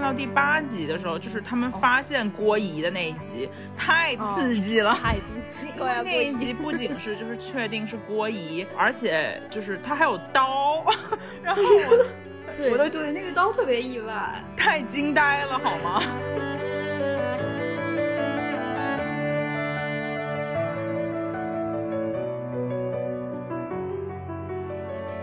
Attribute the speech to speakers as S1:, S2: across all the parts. S1: 到第八集的时候，就是他们发现郭姨的那一集，太刺激了。
S2: 他已经
S3: 啊
S1: 因
S2: 都
S1: 为
S2: 要
S1: 那
S2: 跪
S1: 一集
S2: 地。
S1: 不仅是就是确定是郭姨，而且就是他还有刀， 然后
S2: 对
S1: 我都
S3: 对，那个刀特别意外。
S1: 太惊呆了，好吗？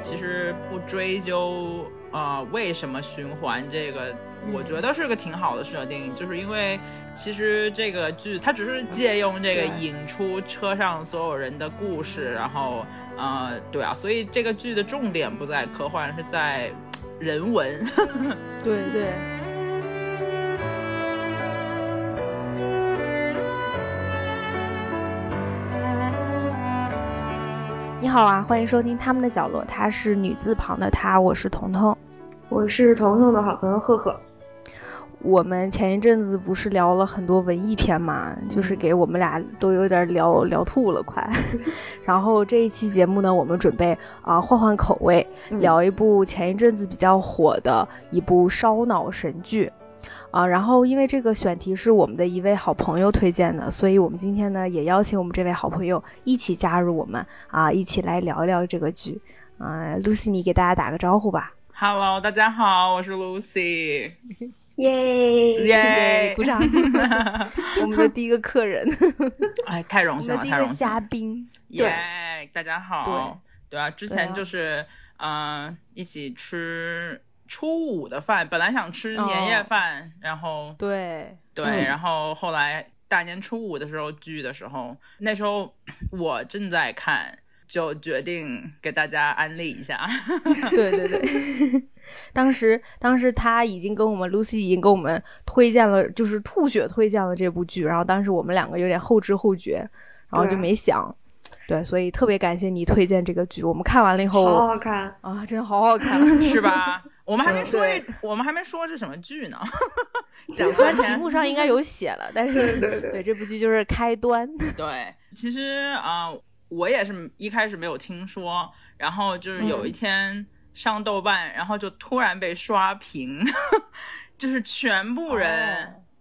S1: 其实不追究呃为什么循环这个，
S3: 嗯
S1: 我觉得是个挺好的设定，就是因为其实这个剧它只是借用这个
S3: 对
S1: 引出车上所有人的故事，然后呃对啊，所以这个剧的重点不在科幻，是在人文。
S2: 对对，
S4: 你好啊，欢迎收听《他们的角落》，她是女字旁的她，我是彤彤。
S3: 我是彤彤的好朋友赫赫，
S4: 我们前一阵子不是聊了很多文艺片嘛，就是给我们俩都有点聊聊吐了 快。然后这一期节目呢，我们准备啊、换换口味，
S3: 嗯
S4: 聊一部前一阵子比较火的一部烧脑神剧。啊，然后因为这个选题是我们的一位好朋友推荐的，所以我们今天呢也邀请我们这位好朋友一起加入我们啊，一起来聊一聊这个剧。啊，Lucy，你给大家打个招呼吧。
S1: Hello，大家好，我是 Lucy，
S4: 哎
S3: 耶！
S1: 耶！
S4: 鼓掌！ 我们的第一个客人，
S1: 哎，太荣
S4: 我
S1: 幸
S4: 们
S1: 了，
S4: 的第一
S1: 太
S4: 个
S1: 荣幸
S4: 嘉
S1: 了！
S4: 宾，
S1: 耶，大家好。对啊，之
S4: 对
S1: 前
S4: 啊
S1: 就是嗯、呃一起吃初五的饭，本来想吃年夜
S4: 哦
S1: 饭，然后
S4: 对，
S1: 对，
S3: 嗯
S1: 然后后来大年初五的时候聚的时候，那时候 我正在看，就决定给大家安利一下。
S4: 对对对。 当时，当时他已经跟我们 Lucy 已经跟我们推荐了，就是吐血推荐了这部剧，然后当时我们两个有点后知后觉，然后就
S3: 对
S4: 没想，对，所以特别感谢你推荐这个剧，我们看完了以
S3: 好
S4: 后
S3: 好看，
S4: 啊，真好好看，
S1: 是吧？我们还没
S4: 嗯
S1: 说
S4: 对，
S1: 我们还没说是什么剧呢。 讲
S4: 虽
S1: 说
S4: 然题目上应该有写了，但是
S3: 对对
S4: 对这部剧就是开端，
S1: 对，其实啊、呃我也是一开始没有听说，然后就是有
S3: 嗯
S1: 一天上豆瓣，然后就突然被刷屏， 就是全部人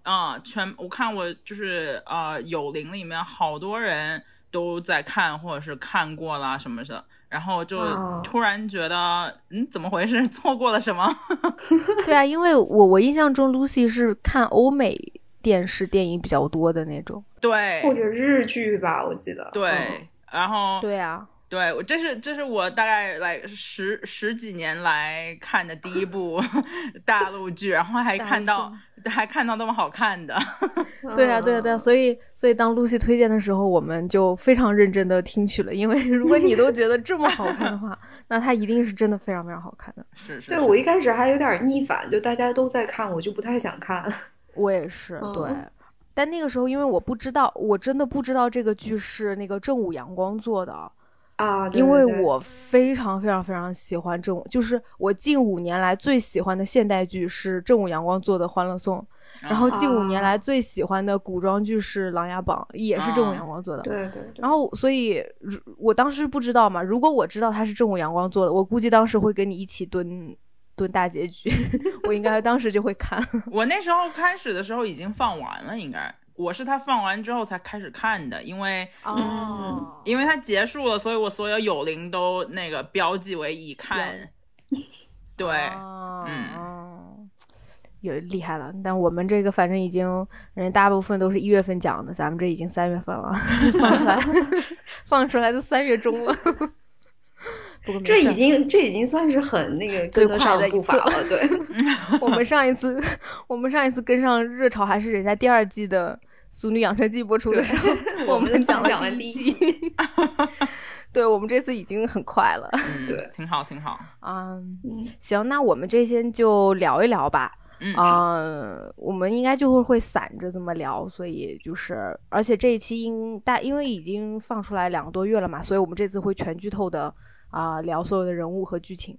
S3: 哦
S1: 啊、全我看我就是呃友邻里面好多人都在看或者是看过啦什么的，然后就
S3: 哇
S1: 突然觉得嗯怎么回事， 错过了什么？
S4: 对啊，因为我我印象中 Lucy 是看欧美电视电影比较多的那种。
S1: 对
S3: 或者嗯日剧吧，我记得。
S1: 对。然后
S4: 对啊，
S1: 对我，这是这是我大概来十十几年来看的第一部 大陆剧，然后还
S4: 大陆
S1: 看到还看到那么好看 的，
S3: 嗯，
S4: 对啊，对啊，对啊。所以，所以当 Lucy 推荐的时候，我们就非常认真的听取了，因为如果你都觉得这么好看 的话，那它一定是真的非常非常好看的。
S1: 是是
S3: 对
S1: 是
S3: 我一开始还有点逆反，就大家都在看，我就不太想看。
S4: 我也是，
S3: 嗯
S4: 对。但那个时候，因为我不知道，我真的不知道这个剧是那个正午阳光做的，
S3: 啊，对
S4: 因为
S3: 对对
S4: 我非常非常非常喜欢正午，就是我近五年来最喜欢的现代剧是正午阳光做的《欢乐颂》，然后近五
S3: 啊
S4: 年来最喜欢的古装剧是《琅琊榜》，也是正午
S1: 啊
S4: 阳光做的。
S3: 对对对，
S4: 然后，所以如我当时不知道嘛，如果我知道他是正午阳光做的，我估计当时会跟你一起蹲蹲大结局， 我应该当时就会 看。
S1: 我那时候开始的时候已经放完了，应该我是他放完之后才开始看的，因为
S3: 哦
S1: 因为他结束了，所以我所有友邻都那个标记为已 看，对，
S3: 哦
S4: 嗯，哦有厉害了。但我们这个反正已经，人家大部分都是一月份讲的，咱们这已经三月份了， 放出来放出来都三月中了。 不过没
S3: 这
S4: 事儿
S3: 已经这已经算是很那个
S4: 最
S3: 跟得
S4: 快
S3: 上
S4: 的一
S3: 步伐
S4: 次
S3: 了，对。
S4: 我们上一次， 我们上一次跟上热潮还是人家第二季的《俗女养成记》播出的时候， 我们 讲
S3: 讲
S4: 了
S3: 完
S4: 一
S3: 第
S4: 季。对，我们这次已经很快了。
S1: 嗯
S3: 对
S1: 挺好挺好，
S4: 嗯，
S3: 嗯
S4: 行，那我们这些就聊一聊吧。
S1: 嗯，
S3: 哦
S4: 嗯，我们应该就会会散着这么聊，所以就是，而且这一期应大，因为已经放出来两个多月了嘛，所以我们这次会全剧透的啊、聊所有的人物和剧情。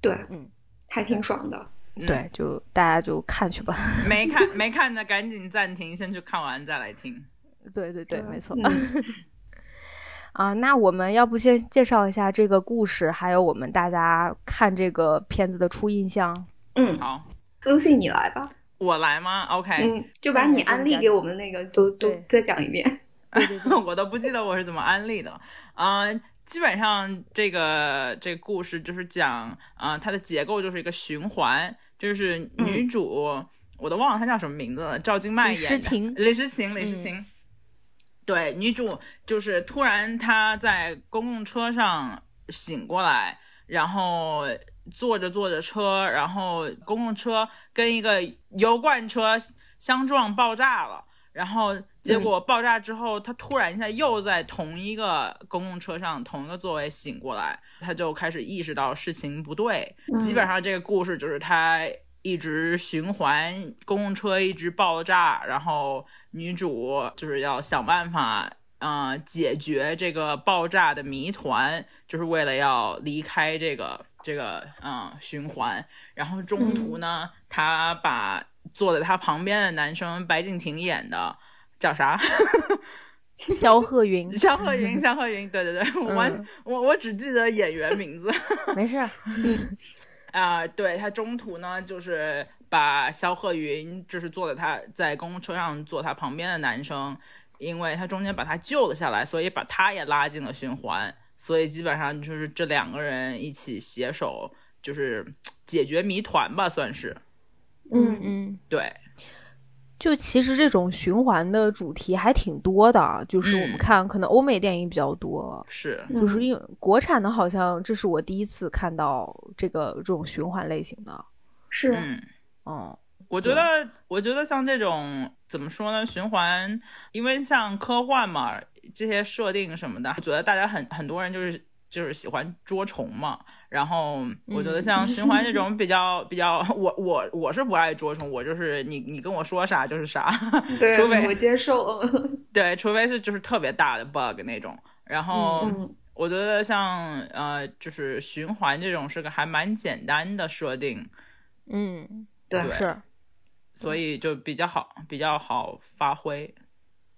S3: 对，
S4: 嗯，
S3: 还挺爽的。
S1: 嗯
S4: 对，就大家就看去吧。
S1: 没看没看的赶紧暂停，先去看完再来听。
S4: 对对对，没错。
S3: 嗯
S4: 啊，那我们要不先介绍一下这个故事，还有我们大家看这个片子的初印象。
S3: 嗯，
S1: 好，
S3: Lucy，你来吧。
S1: 我来吗？OK，、
S4: 哎
S3: 嗯，就把你安利给我们的那个都都
S4: 对
S3: 再讲一遍。
S4: 对对对，
S1: 我都不记得我是怎么安利的啊。基本上这个这个故事就是讲啊、它的结构就是一个循环，就是女主、我都忘了她叫什么名字了，赵今麦
S4: 嗯李
S1: 演的
S4: 诗嗯情
S1: 李诗情，李诗情。对，女主就是突然她在公共车上醒过来，然后坐着坐着车，然后公共车跟一个油罐车相撞爆炸了，然后结果爆炸之后，她突然一下又在同一个公共车上同一个座位醒过来，她就开始意识到事情不对，基本上这个故事就是他一直循环，公共车一直爆炸，然后女主就是要想办法，嗯、解决这个爆炸的谜团，就是为了要离开这个这个嗯、循环。然后中途呢，她把坐在她旁边的男生白敬亭演的叫啥？，
S4: 萧鹤云
S1: 肖鹤云，肖鹤云，对对对，我完、
S4: 嗯
S1: 我我只记得演员名字。
S4: 没事 儿，
S1: 啊、对他中途呢，就是把肖鹤云，就是坐在他在公共车上坐他旁边的男生，因为他中间把他救了下来，所以把他也拉进了循环，所以基本上就是这两个人一起携手，就是嘖解决谜团吧，算是
S4: 嗯嗯。
S1: 对，
S4: 就其实这种循环的主题还挺多的啊，就是我
S1: 嗯
S4: 们看可能欧美电影比较多，
S1: 是，
S3: 嗯
S4: 就是因为国产的好像这是我第一次看到这个这种循环类型的，
S3: 是
S1: 嗯。
S4: 嗯
S1: 我觉得，我觉得像这种怎么说呢，循环，因为像科幻嘛，这些设定什么的，我觉得大家很很多人就是就是喜欢捉虫嘛。然后我觉得像循环
S3: 嗯
S1: 这种比较、比较，我我我是不爱捉虫，我就是你你跟我说啥就是啥， 除
S3: 对，我
S1: 非
S3: 接 受。
S4: 嗯
S1: 对，除非是就是特别大的 bug 那种。然后、
S3: 嗯
S1: 我觉得像呃，就是循环这种是个还蛮简单的设定，
S4: 嗯，
S3: 对
S1: 对
S4: 是，
S1: 所以就比较好比较好发挥。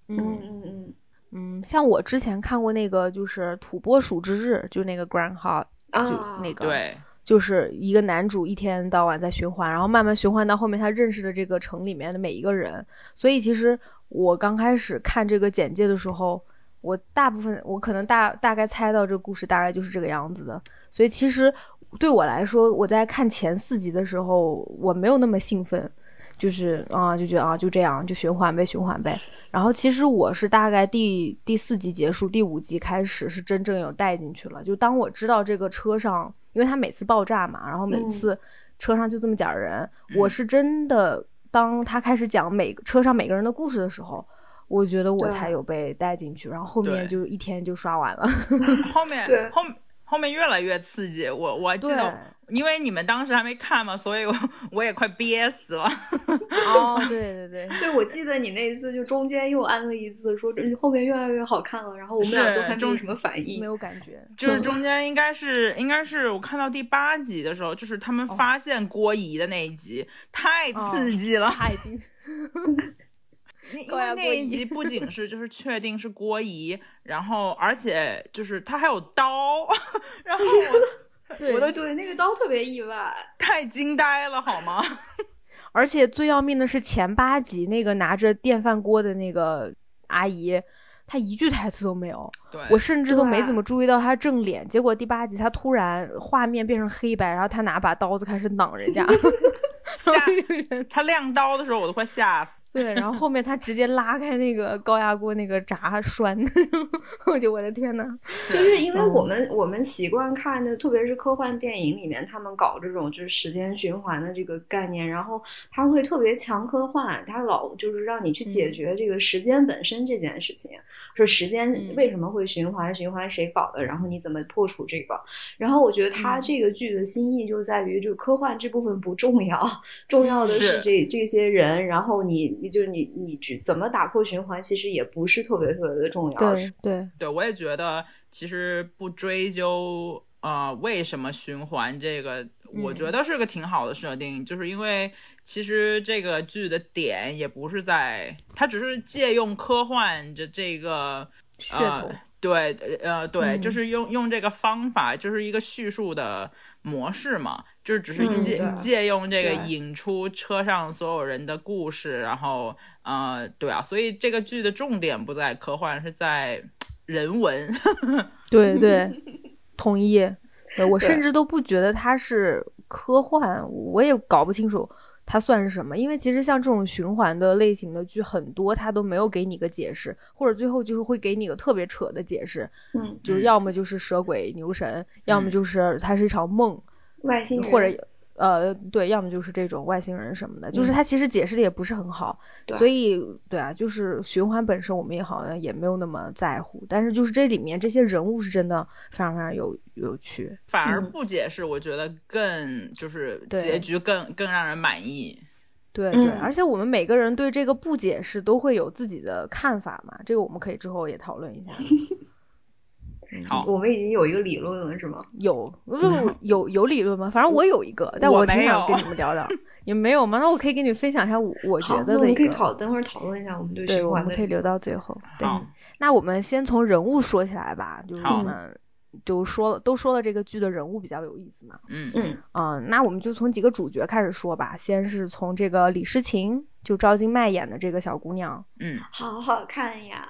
S3: 嗯
S4: 嗯
S3: 嗯嗯
S4: 嗯，像我之前看过那个就是《土拨鼠之日》，就那个 Groundhog，就
S3: 啊，
S4: 那个
S1: 对，
S4: 就是一个男主一天到晚在循环，然后慢慢循环到后面他认识的这个城里面的每一个人。所以其实我刚开始看这个简介的时候，我大部分我可能大大概猜到这个故事大概就是这个样子的。所以其实对我来说，我在看前四集的时候，我没有那么兴奋。就是啊、就觉得啊，就这样，就循环呗，循环呗。然后其实我是大概第第四集结束，第五集开始是真正有带进去了。就当我知道这个车上，因为它每次爆炸嘛，然后每
S3: 嗯
S4: 次车上就这么点儿人，
S1: 嗯
S4: 我是真的当他开始讲每个车上每个人的故事的时候，我觉得我
S3: 对
S4: 才有被带进去。然后后
S1: 对
S4: 面就一天就刷完了。
S1: 后面
S3: 对
S1: 后后面越来越刺激，我我记
S4: 对，
S1: 得，因为你们当时还没看嘛，所以我我也快憋死了。
S4: 哦， 对对对，
S3: 对，我记得你那一次就中间又安了一次，说这后面越来越好看了，然后我们俩
S1: 是
S3: 都还没有
S1: 中
S3: 什么反
S4: 没
S3: 应。
S4: 有感觉。
S1: 就是
S3: 嗯
S1: 中间应该是应该是我看到第八集的时候，就是他们
S3: 哦
S1: 发现郭姨的那一集、太刺激 了，
S4: 他已 经
S1: 因因
S4: 高
S1: 为
S3: 啊
S4: 压
S1: 那
S4: 锅
S1: 一
S4: 姨
S1: 集不 仅是就是确定是郭姨，然后而且就是他还有刀，然 后我
S4: 对
S1: 我都
S3: 对，那个刀特别意外。
S1: 太惊呆了好吗？
S4: 而且最要命的是前八集那个拿着电饭锅的那个阿姨，她一句台词都没有，
S1: 对，
S4: 我甚至都没
S3: 对
S4: 怎么注意到她正脸。结果第八集她突然画面变成黑白，然后她拿把刀子开始攮 人家，
S1: 吓 他亮刀的时候我都快吓死。
S4: 对，然后后面她直接拉开那个高压锅那个闸栓， 我就我的天呐，
S3: 就是因为
S4: 嗯
S3: 我们、我们习惯看的，特别是科幻电影里面，他们搞这种就是时间循环的这个概念，然后他会特别强科幻，他老就是让你去解
S4: 嗯
S3: 决这个时间本身这件事情，说时间
S4: 嗯
S3: 为什么会循环，循环谁搞的，然后你怎么破除这个。然后我觉得他
S4: 嗯
S3: 这个剧的新意就在于，就科幻这部分不重要，重要的
S1: 是
S3: 是这这些人，然后你你就是你你去怎么打破循环，其实也不是特别特别的重要，
S1: 啊
S4: 对对，
S1: 对，我也觉得，其实不追究呃为什么循环这个，我
S3: 嗯
S1: 觉得是个挺好的设定，就是因为其实这个剧的点也不是在，它只是借用科幻这这个
S4: 噱头
S1: 呃对，呃，对，
S4: 嗯
S1: 就是用用这个方法，就是一个叙述的模式嘛，就是只是
S3: 嗯
S1: 借、
S3: 对
S1: 借用这个
S3: 对
S1: 引出车上所有人的故事，然后呃，对啊，所以这个剧的重点不在科幻，是在人文。
S4: 对对，同意。对我
S3: 对
S4: 甚至都不觉得它是科幻，我也搞不清楚它算是什么。因为其实像这种循环的类型的剧很多，它都没有给你个解释，或者最后就是会给你个特别扯的解释，
S3: 嗯，
S4: 就是
S1: 嗯
S4: 要么就是蛇鬼牛神，要
S1: 嗯
S4: 么就是它是一场梦，
S3: 外星人
S4: 或者呃对，要么就是这种外星人什么的，就是
S3: 嗯
S4: 它其实解释的也不是很好，
S3: 对
S4: 所以对啊，就是循环本身我们也好像也没有那么在乎，但是就是这里面这些人物是真的非常非常有有趣，
S1: 反而
S3: 嗯
S1: 不解释，我觉得更就是
S4: 对
S1: 结局更更让人满意。
S4: 对对，
S3: 嗯
S4: 而且我们每个人对这个不解释都会有自己的看法嘛，这个我们可以之后也讨论 一下。嗯
S1: 好
S3: 我们已经有一个理论了，是吗？
S4: 有不不有有理论吗？反正我有一个，但
S1: 我
S4: 挺
S1: 没
S4: 想
S1: 有
S4: 跟你们 聊聊。你们没有吗？那我可以跟你分享一下我我觉
S3: 好，
S4: 得
S3: 那我
S4: 的一
S3: 们可以
S4: 个。
S3: 讨，等会儿讨论一下我们对
S4: 对，
S3: 循
S4: 我
S3: 环
S4: 们
S3: 的
S4: 可以留到最后。对，
S1: 好，
S4: 那我们先从人物说起来吧，就是
S1: 好
S4: 我们就说了，都说了这个剧的人物比较有意思嘛。
S1: 嗯
S3: 嗯
S4: 嗯，那我们就从几个主角开始说吧，先是从这个李诗情，就赵今麦演的这个小姑娘，
S1: 嗯，
S3: 好好看呀！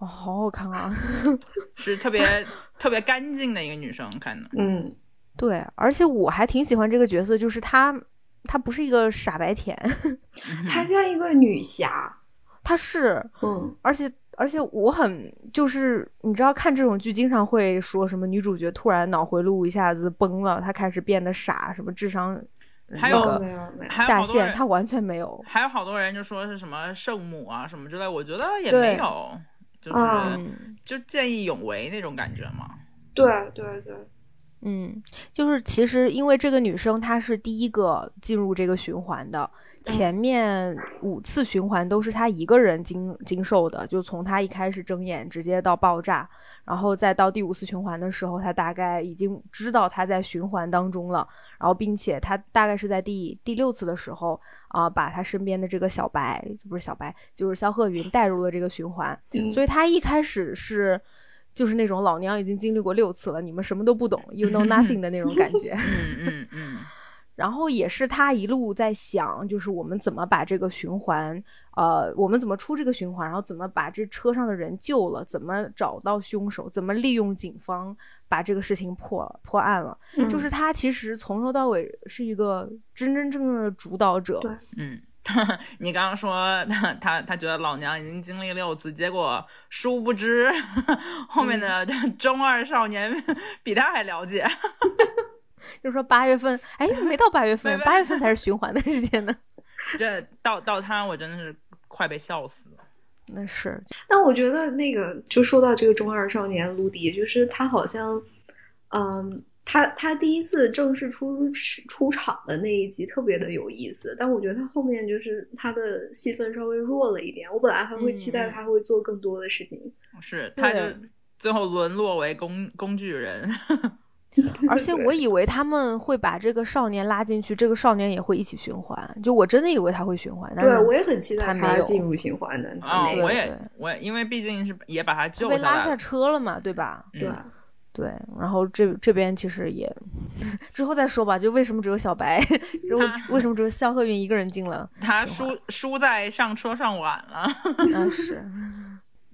S4: 哦，好好看啊！
S1: 是特别特别干净的一个女生看的。
S3: 嗯，
S4: 对，而且我还挺喜欢这个角色，就是她，她不是一个傻白甜，
S1: 嗯
S3: 她像一个女侠。
S4: 她是，
S3: 嗯，
S4: 而且而且我很就是你知道看这种剧经常会说什么女主角突然脑回路一下子崩了，她开始变得傻，什么智商
S1: 还
S4: 那
S1: 有
S4: 个
S3: 哦没有没有，
S1: 还有
S4: 下
S1: 好多
S4: 线，
S1: 人
S4: 她完全没有。
S1: 还有好多人就说是什么圣母啊什么之类，我觉得也
S4: 对
S1: 没有，就是、
S4: 嗯
S1: 就见义勇为那种感觉嘛。
S3: 对对对，
S4: 嗯，就是其实因为这个女生她是第一个进入这个循环的，
S1: 嗯
S4: 前面五次循环都是她一个人经经受的，就从她一开始睁眼直接到爆炸，然后再到第五次循环的时候，她大概已经知道她在循环当中了，然后并且她大概是在第第六次的时候啊、把她身边的这个小白不是小白，就是肖鹤云带入了这个循环，
S3: 嗯
S4: 所以他一开始是就是那种老娘已经经历过六次了，你们什么都不懂，you know nothing 的那种感觉。
S1: 嗯嗯嗯
S4: 然后也是他一路在想，就是我们怎么把这个循环，呃，我们怎么出这个循环，然后怎么把这车上的人救了，怎么找到凶手，怎么利用警方把这个事情破破案了。
S3: 嗯
S4: 就是他其实从头到尾是一个真真正正的主导者。
S3: 对
S1: 嗯。 你刚刚说他他他觉得老娘已经经历六次，结果殊不知 后面的中二少年 比他还了解。
S4: 就是说八月份，哎，怎么没到八月份
S1: 没，没
S4: 八月份才是循环的时间呢。
S1: 这到到他，我真的是快被笑死了。
S4: 那是，
S3: 但我觉得那个，就说到这个中二少年卢迪，就是他好像，嗯，他他第一次正式出出场的那一集特别的有意思，但我觉得他后面就是他的戏份稍微弱了一点。我本来还会期待
S1: 嗯
S3: 他会做更多的事情，
S1: 是，他就
S4: 对嗯
S1: 最后沦落为工工具人。
S4: 而且我以为他们会把这个少年拉进去，这个少年也会一起循环。就我真的以为他会循环，但
S3: 对
S4: 是
S3: 我也很期待
S4: 他没
S3: 他
S4: 有
S3: 进入循环的
S1: 啊、
S3: 那
S4: 对
S3: 个
S1: 我也
S4: 对
S1: 我也因为毕竟是也把他
S4: 他
S1: 救
S4: 被
S1: 下
S4: 拉
S1: 来
S4: 下
S1: 了。
S4: 车了嘛，对吧？
S1: 嗯
S3: 对，
S4: 对，然后这这边其实也 之后再说吧，就为什么只有小白， 之后为什么只有肖鹤云一个人进了？
S1: 他
S4: 循
S1: 输输在上车上晚了。
S4: 啊是，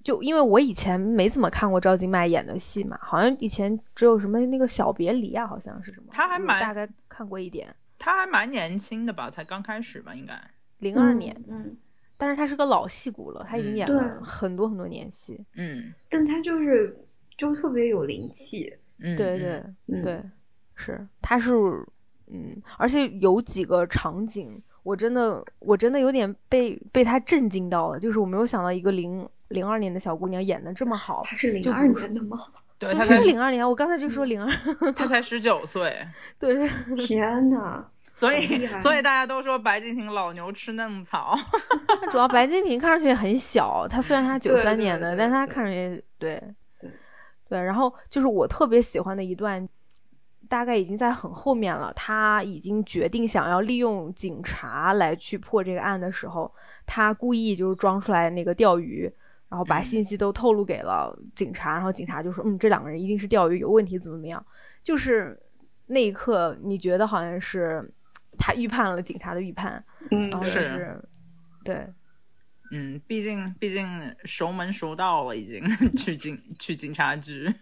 S4: 就因为我以前没怎么看过赵今麦演的戏嘛，好像以前只有什么那个小别离啊，好像是什么，
S1: 他还
S4: 我
S1: 蛮
S4: 大概看过一点，
S1: 他还蛮年轻的吧，才刚开始吧，应该。
S4: 零二年，，
S3: 嗯，
S4: 但是他是个老戏骨了，他已经
S1: 嗯
S4: 演
S3: 对
S4: 了很多很多年戏，
S1: 嗯
S3: 但他就是就特别有灵气，
S1: 嗯，
S4: 对
S1: 嗯
S4: 对。
S3: 嗯，
S4: 对，是，他是，嗯，而且有几个场景，我真的，我真的有点被被他震惊到了，就是我没有想到一个零零二年的小姑娘演的这么好，
S3: 他是零
S4: 就
S3: 二
S4: 不是
S3: 年的吗？
S1: 对，
S4: 她
S1: 他
S4: 是
S1: 才
S4: 零二年，我刚才就说零二，
S1: 他才十九岁，
S4: 对，
S3: 天 呐，
S1: 所
S3: 好
S1: 以
S3: 厉害
S1: 所以大家都说白敬亭老牛吃嫩草。
S4: 那 主要白敬亭看上去也很小，他虽然他九
S3: 对
S4: 三
S3: 对
S4: 年的，
S3: 对
S4: 但他
S3: 对
S4: 看上去对
S3: 对
S4: 对，然后就是我特别喜欢的一段。大概已经在很后面了，他已经决定想要利用警察来去破这个案的时候，他故意就是装出来那个钓鱼，然后把信息都透露给了警察，然后警察就说，嗯，这两个人一定是钓鱼有问题，怎么怎么样？就是那一刻，你觉得好像是他预判了警察的预判，
S3: 嗯
S4: 然后就是对，
S1: 嗯，毕竟毕竟熟门熟道了，已经 去警去警察局。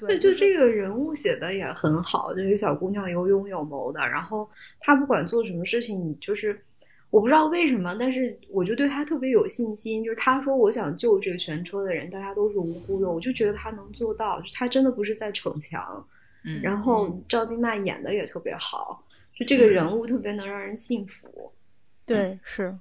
S3: 那
S4: 对，
S3: 就是这个人物写的也很好，这个小姑娘有勇有谋的，然后她不管做什么事情，你就是我不知道为什么，但是我就对她特别有信心。就是她说我想救这个全车的人，大家都是无辜的，我就觉得她能做到，就她真的不是在逞强。
S1: 嗯，
S3: 然后赵今麦演的也特别好，就这个
S1: 是
S3: 人物特别能让人信服。嗯
S4: 对是。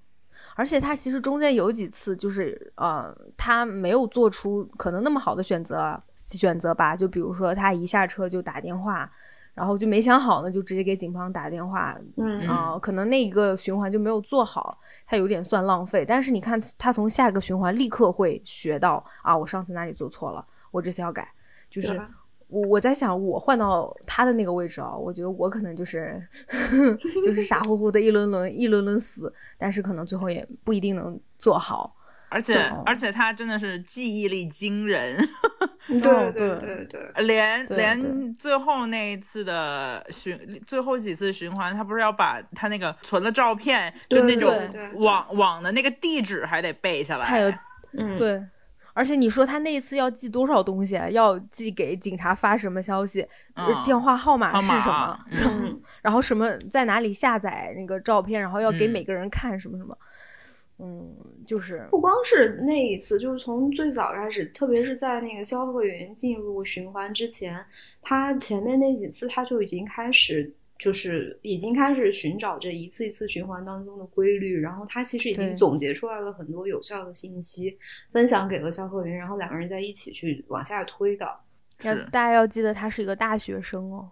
S4: 而且他其实中间有几次就是，呃，他没有做出可能那么好的选择啊选择吧，就比如说他一下车就打电话，然后就没想好呢，就直接给警方打电话，
S3: 嗯
S4: 啊、可能那一个循环就没有做好，他有点算浪费。但是你看，他从下一个循环立刻会学到啊，我上次哪里做错了，我这次要改。就是
S3: 对吧
S4: 我我在想，我换到他的那个位置啊，我觉得我可能就是 就是傻乎乎的一轮轮一轮轮死，但是可能最后也不一定能做好。
S1: 而且
S4: 对
S1: 而且他真的是记忆力惊人，
S3: 对
S4: 对
S3: 对对，
S1: 连
S4: 对对
S1: 连最后那一次的循，最后几次循环，他不是要把他那个存的照片，
S3: 对
S1: 就那种
S4: 对
S3: 对对
S1: 网网的那个地址还得背下来。
S4: 他有
S3: 嗯，
S4: 对，而且你说他那一次要寄多少东西啊，要寄给警察发什么消息，就是
S1: 嗯
S4: 电话号码
S1: 号
S4: 是
S1: 码
S4: 什么，
S1: 嗯
S4: 然后然后什么在哪里下载那个照片，然后要给
S1: 嗯
S4: 每个人看什么什么，嗯，就是
S3: 不光是那一次，就是从最早开始，特别是在那个消费云进入循环之前，他前面那几次他就已经开始，就是已经开始寻找这一次一次循环当中的规律，然后他其实已
S4: 对
S3: 经总结出来了很多有效的信息，分享给了消费云，然后两个人在一起去往下推的。
S4: 要
S1: 是
S4: 大家要记得他是一个大学生哦，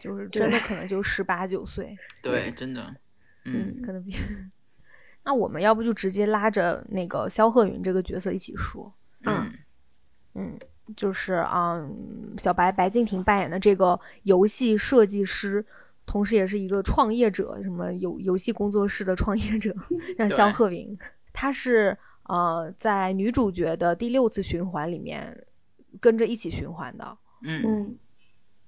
S4: 就是真的
S3: 对
S4: 可能就十八九岁，
S1: 对，真的，嗯，
S4: 可能比。 那我们要不就直接拉着那个肖鹤云这个角色一起说，
S3: 嗯
S4: 嗯，就是嗯，小白白敬亭扮演的这个游戏设计师，同时也是一个创业者，什么游游戏工作室的创业者，像肖鹤云，他是呃在女主角的第六次循环里面跟着一起循环的，
S1: 嗯嗯
S3: 嗯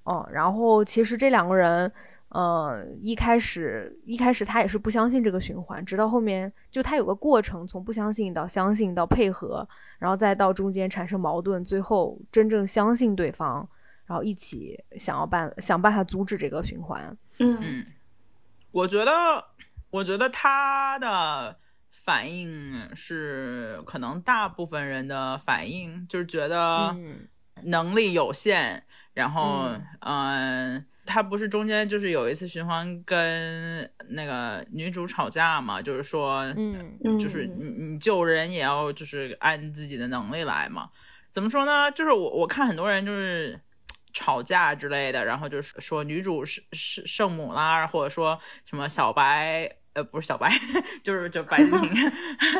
S4: 哦，然后其实这两个人，呃，一开始一开始他也是不相信这个循环，直到后面就他有个过程，从不相信到相信到配合，然后再到中间产生矛盾，最后真正相信对方，然后一起想要办想办法阻止这个循环。
S3: 嗯
S1: 嗯，我觉得，我觉得他的反应是可能大部分人的反应，就是觉得
S4: 嗯
S1: 能力有限，然后
S4: 嗯
S1: 嗯、呃他不是中间就是有一次循环跟那个女主吵架嘛，就是说，
S4: 嗯
S3: 嗯，
S1: 就是你你救人也要就是按自己的能力来嘛。怎么说呢？就是我我看很多人就是吵架之类的，然后就是说女主是是圣母啦，或者说什么小白呃不是小白， 就是就 白敬亭，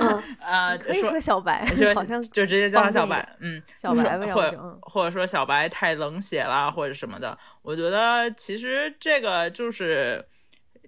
S3: 嗯
S1: 呃
S4: 可以
S1: 说
S4: 说小白，
S1: 就
S4: 好像
S1: 就直接叫他
S4: 帮
S1: 小
S4: 着你
S1: 白，嗯，
S4: 小白吧，要
S1: 或
S4: 不
S1: 者
S4: 就嗯
S1: 或者说小白太冷血啦，或者什么的。我觉得其实这个就是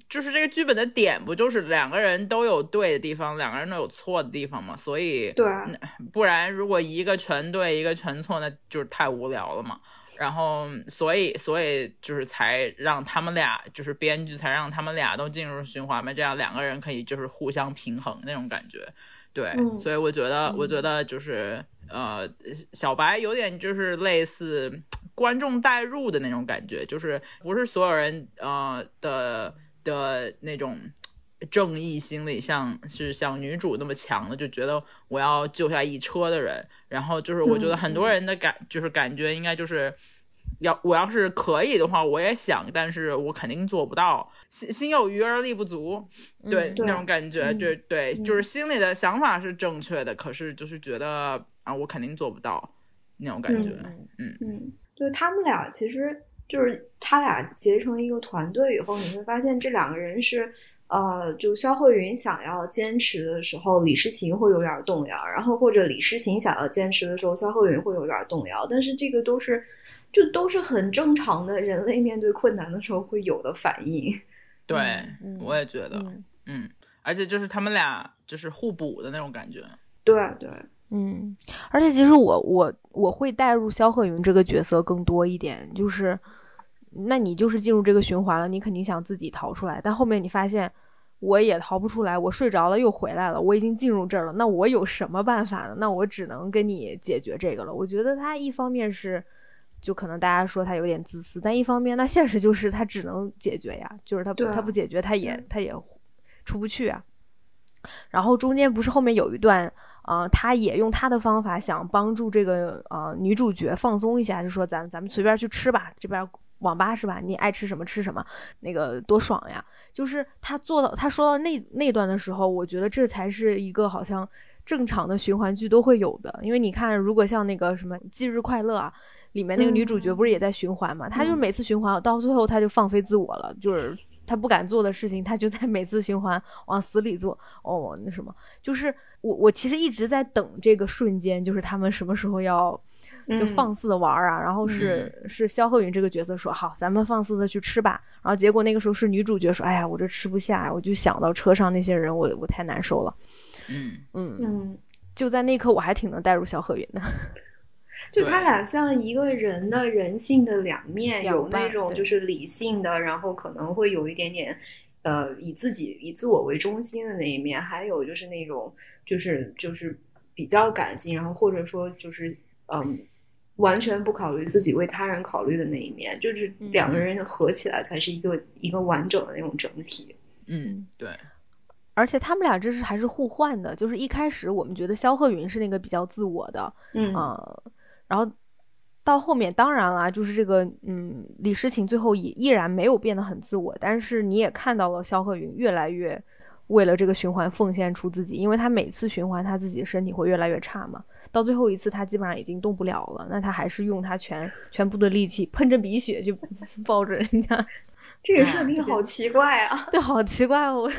S1: 就是这个剧本的点，不就是两个人都有对的地方，两个人都有错的地方嘛？所以
S3: 对啊
S1: 不然如果一个全对一个全错，那就是太无聊了嘛。然后，所以，所以就是才让他们俩，就是编剧才让他们俩都进入循环嘛，这样两个人可以就是互相平衡那种感觉。对，
S3: 嗯
S1: 所以我觉得，我觉
S4: 嗯
S1: 得就是呃，小白有点就是类似观众代入的那种感觉，就是不是所有人呃的的那种正义心理像是像女主那么强的，就觉得我要救下一车的人。然后就是我觉得
S3: 嗯
S1: 很多人的感、就是感觉应该就是。要我要是可以的话，我也想，但是我肯定做不到，心心有余而力不足。对
S4: 嗯
S3: 对
S1: 那种感觉，
S4: 嗯
S1: 对对，就是
S3: 嗯
S1: 心里的想法是正确的，可是就是觉得啊，我肯定做不到那种感觉。
S4: 嗯
S3: 嗯，就是他们俩其实就是他俩结成一个团队以后，你会发现这两个人是。呃，就肖慧云想要坚持的时候，李诗琴会有点儿动摇；然后或者李诗琴想要坚持的时候，肖慧云会有点儿动摇。但是这个都是，就都是很正常的人类面对困难的时候会有的反应。
S1: 对，
S4: 嗯
S1: 我也觉得，
S4: 嗯
S1: 嗯，而且就是他们俩就是互补的那种感觉。
S3: 对对，啊
S4: 嗯，而且其实我我我会带入萧贺云这个角色更多一点，就是那你就是进入这个循环了，你肯定想自己逃出来，但后面你发现我也逃不出来，我睡着了又回来了，我已经进入这儿了，那我有什么办法呢？那我只能跟你解决这个了。我觉得他一方面是。就可能大家说他有点自私，但一方面，那现实就是他只能解决呀，就是他不、
S3: 对啊
S4: 他不解决，他也他也出不去啊。然后中间不是后面有一段，啊，他也用他的方法想帮助这个呃女主角放松一下，就说咱咱们随便去吃吧，这边网吧是吧？你爱吃什么吃什么，那个多爽呀！就是他做到他说到那那段的时候，我觉得这才是一个好像正常的循环剧都会有的，因为你看，如果像那个什么《忌日快乐》啊，里面那个女主角不是也在循环嘛？她就是每次循环到最后，她就放飞自我了，就是她不敢做的事情，她就在每次循环往死里做。哦，那什么，就是我我其实一直在等这个瞬间，就是他们什么时候要就
S3: 嗯
S4: 放肆的玩儿啊，然后是、是肖鹤云这个角色说好，咱们放肆的去吃吧，然后结果那个时候是女主角说，哎呀，我这吃不下，我就想到车上那些人，我我太难受了，
S1: 嗯，
S4: 嗯，
S3: 嗯，
S4: 就在那一刻我还挺能带入肖鹤云的，
S3: 就
S1: 对
S3: 他俩像一个人的人性的两面，
S4: 两
S3: 有
S4: 半
S3: 那种
S4: 对
S3: 就是理性的，然后可能会有一点点，呃，以自己以自我为中心的那一面，还有就是那种就是就是比较感性，然后或者说就是嗯，完全不考虑自己为他人考虑的那一面，就是
S4: 嗯
S3: 两个人合起来才是一个一个完整的那种整体。
S1: 嗯，对，
S4: 而且他们俩这是还是互换的，就是一开始我们觉得肖鹤云是那个比较自我的，
S3: 嗯
S4: 嗯，然后到后面当然啦，就是这个嗯，李诗情最后也依然没有变得很自我，但是你也看到了萧贺云越来越为了这个循环奉献出自己，因为他每次循环他自己的身体会越来越差嘛，到最后一次他基本上已经动不了了，那他还是用他全全部的力气喷着鼻血去 抱着人家，
S3: 这
S1: 对
S3: 个
S1: 啊
S3: 设定
S4: 这
S3: 好奇怪啊！
S4: 对，好奇怪哦，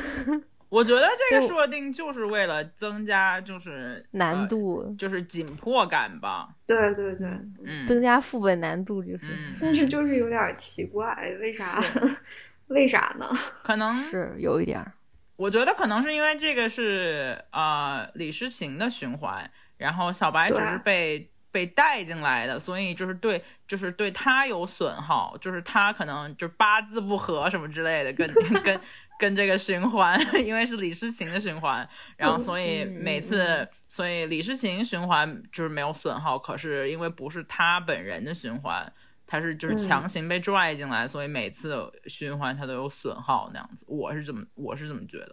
S1: 我觉得这个
S4: 对
S1: 设定就是为了增加就是
S4: 难、度、
S1: 呃就是紧迫感吧。
S3: 对对对，
S1: 嗯
S4: 增加副本难度就是。
S1: 嗯，
S3: 但是就是有点奇怪，为啥？ 为啥呢？
S1: 可能
S4: 是有一点儿，
S1: 我觉得可能是因为这个是呃李诗情的循环，然后小白只
S3: 对
S1: 是被被带进来的，所以就是对就是对他有损耗，就是他可能就八字不合什么之类的， 跟跟跟这个循环，因为是李诗情的循环，然后所以
S4: 嗯嗯
S1: 每次、
S4: 嗯
S1: 所以李诗情循环就是没有损耗，可是因为不是他本人的循环。他是就是
S3: 嗯
S1: 强行被拽进来，所以每次循环他都有损耗那样子，我是这么我是这么觉得。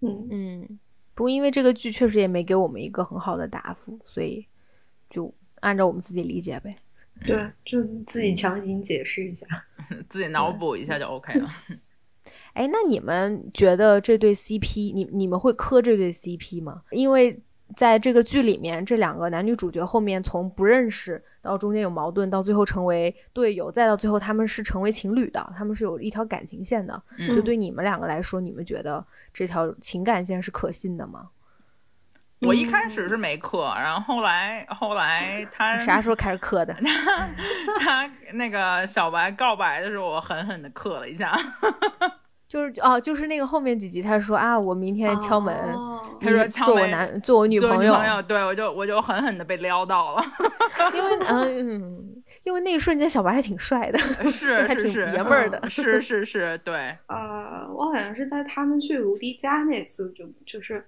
S3: 嗯，
S4: 嗯，不过因为这个剧确实也没给我们一个很好的答复，所以就按照我们自己理解呗。
S3: 对，
S4: 嗯
S3: 就自己强行解释一下。
S1: 自己脑补一下
S4: 嗯
S1: 就 OK 了。
S4: 哎，那你们觉得这对 CP，你你们会磕这对 CP 吗？因为在这个剧里面，这两个男女主角后面从不认识到中间有矛盾，到最后成为队友，再到最后他们是成为情侣的，他们是有一条感情线的。
S1: 嗯
S4: 就对你们两个来说，你们觉得这条情感线是可信的吗？
S1: 我
S4: 嗯
S1: 一开始是没磕，然后后来后 来他
S4: 啥时候开始磕的？
S1: 他那个小白告白的时候，我狠狠的磕了一下。
S4: 就是哦，就是那个后面几集，他说啊，我明天敲门，
S3: 哦
S1: 他说
S4: 你
S1: 敲
S4: 做我
S1: 门
S4: 男做 我女
S1: 做
S4: 朋
S1: 女
S4: 友，
S1: 朋友，对我就我就狠狠的被撩到 了，
S4: 因 为嗯，因为那一瞬间小白还挺帅的，
S1: 呃是
S4: 这还
S1: 是
S4: 挺
S1: 是，
S4: 爷们儿的
S1: 嗯是是是，对，
S3: 呃，我好像是在他们去卢迪家那次就就是。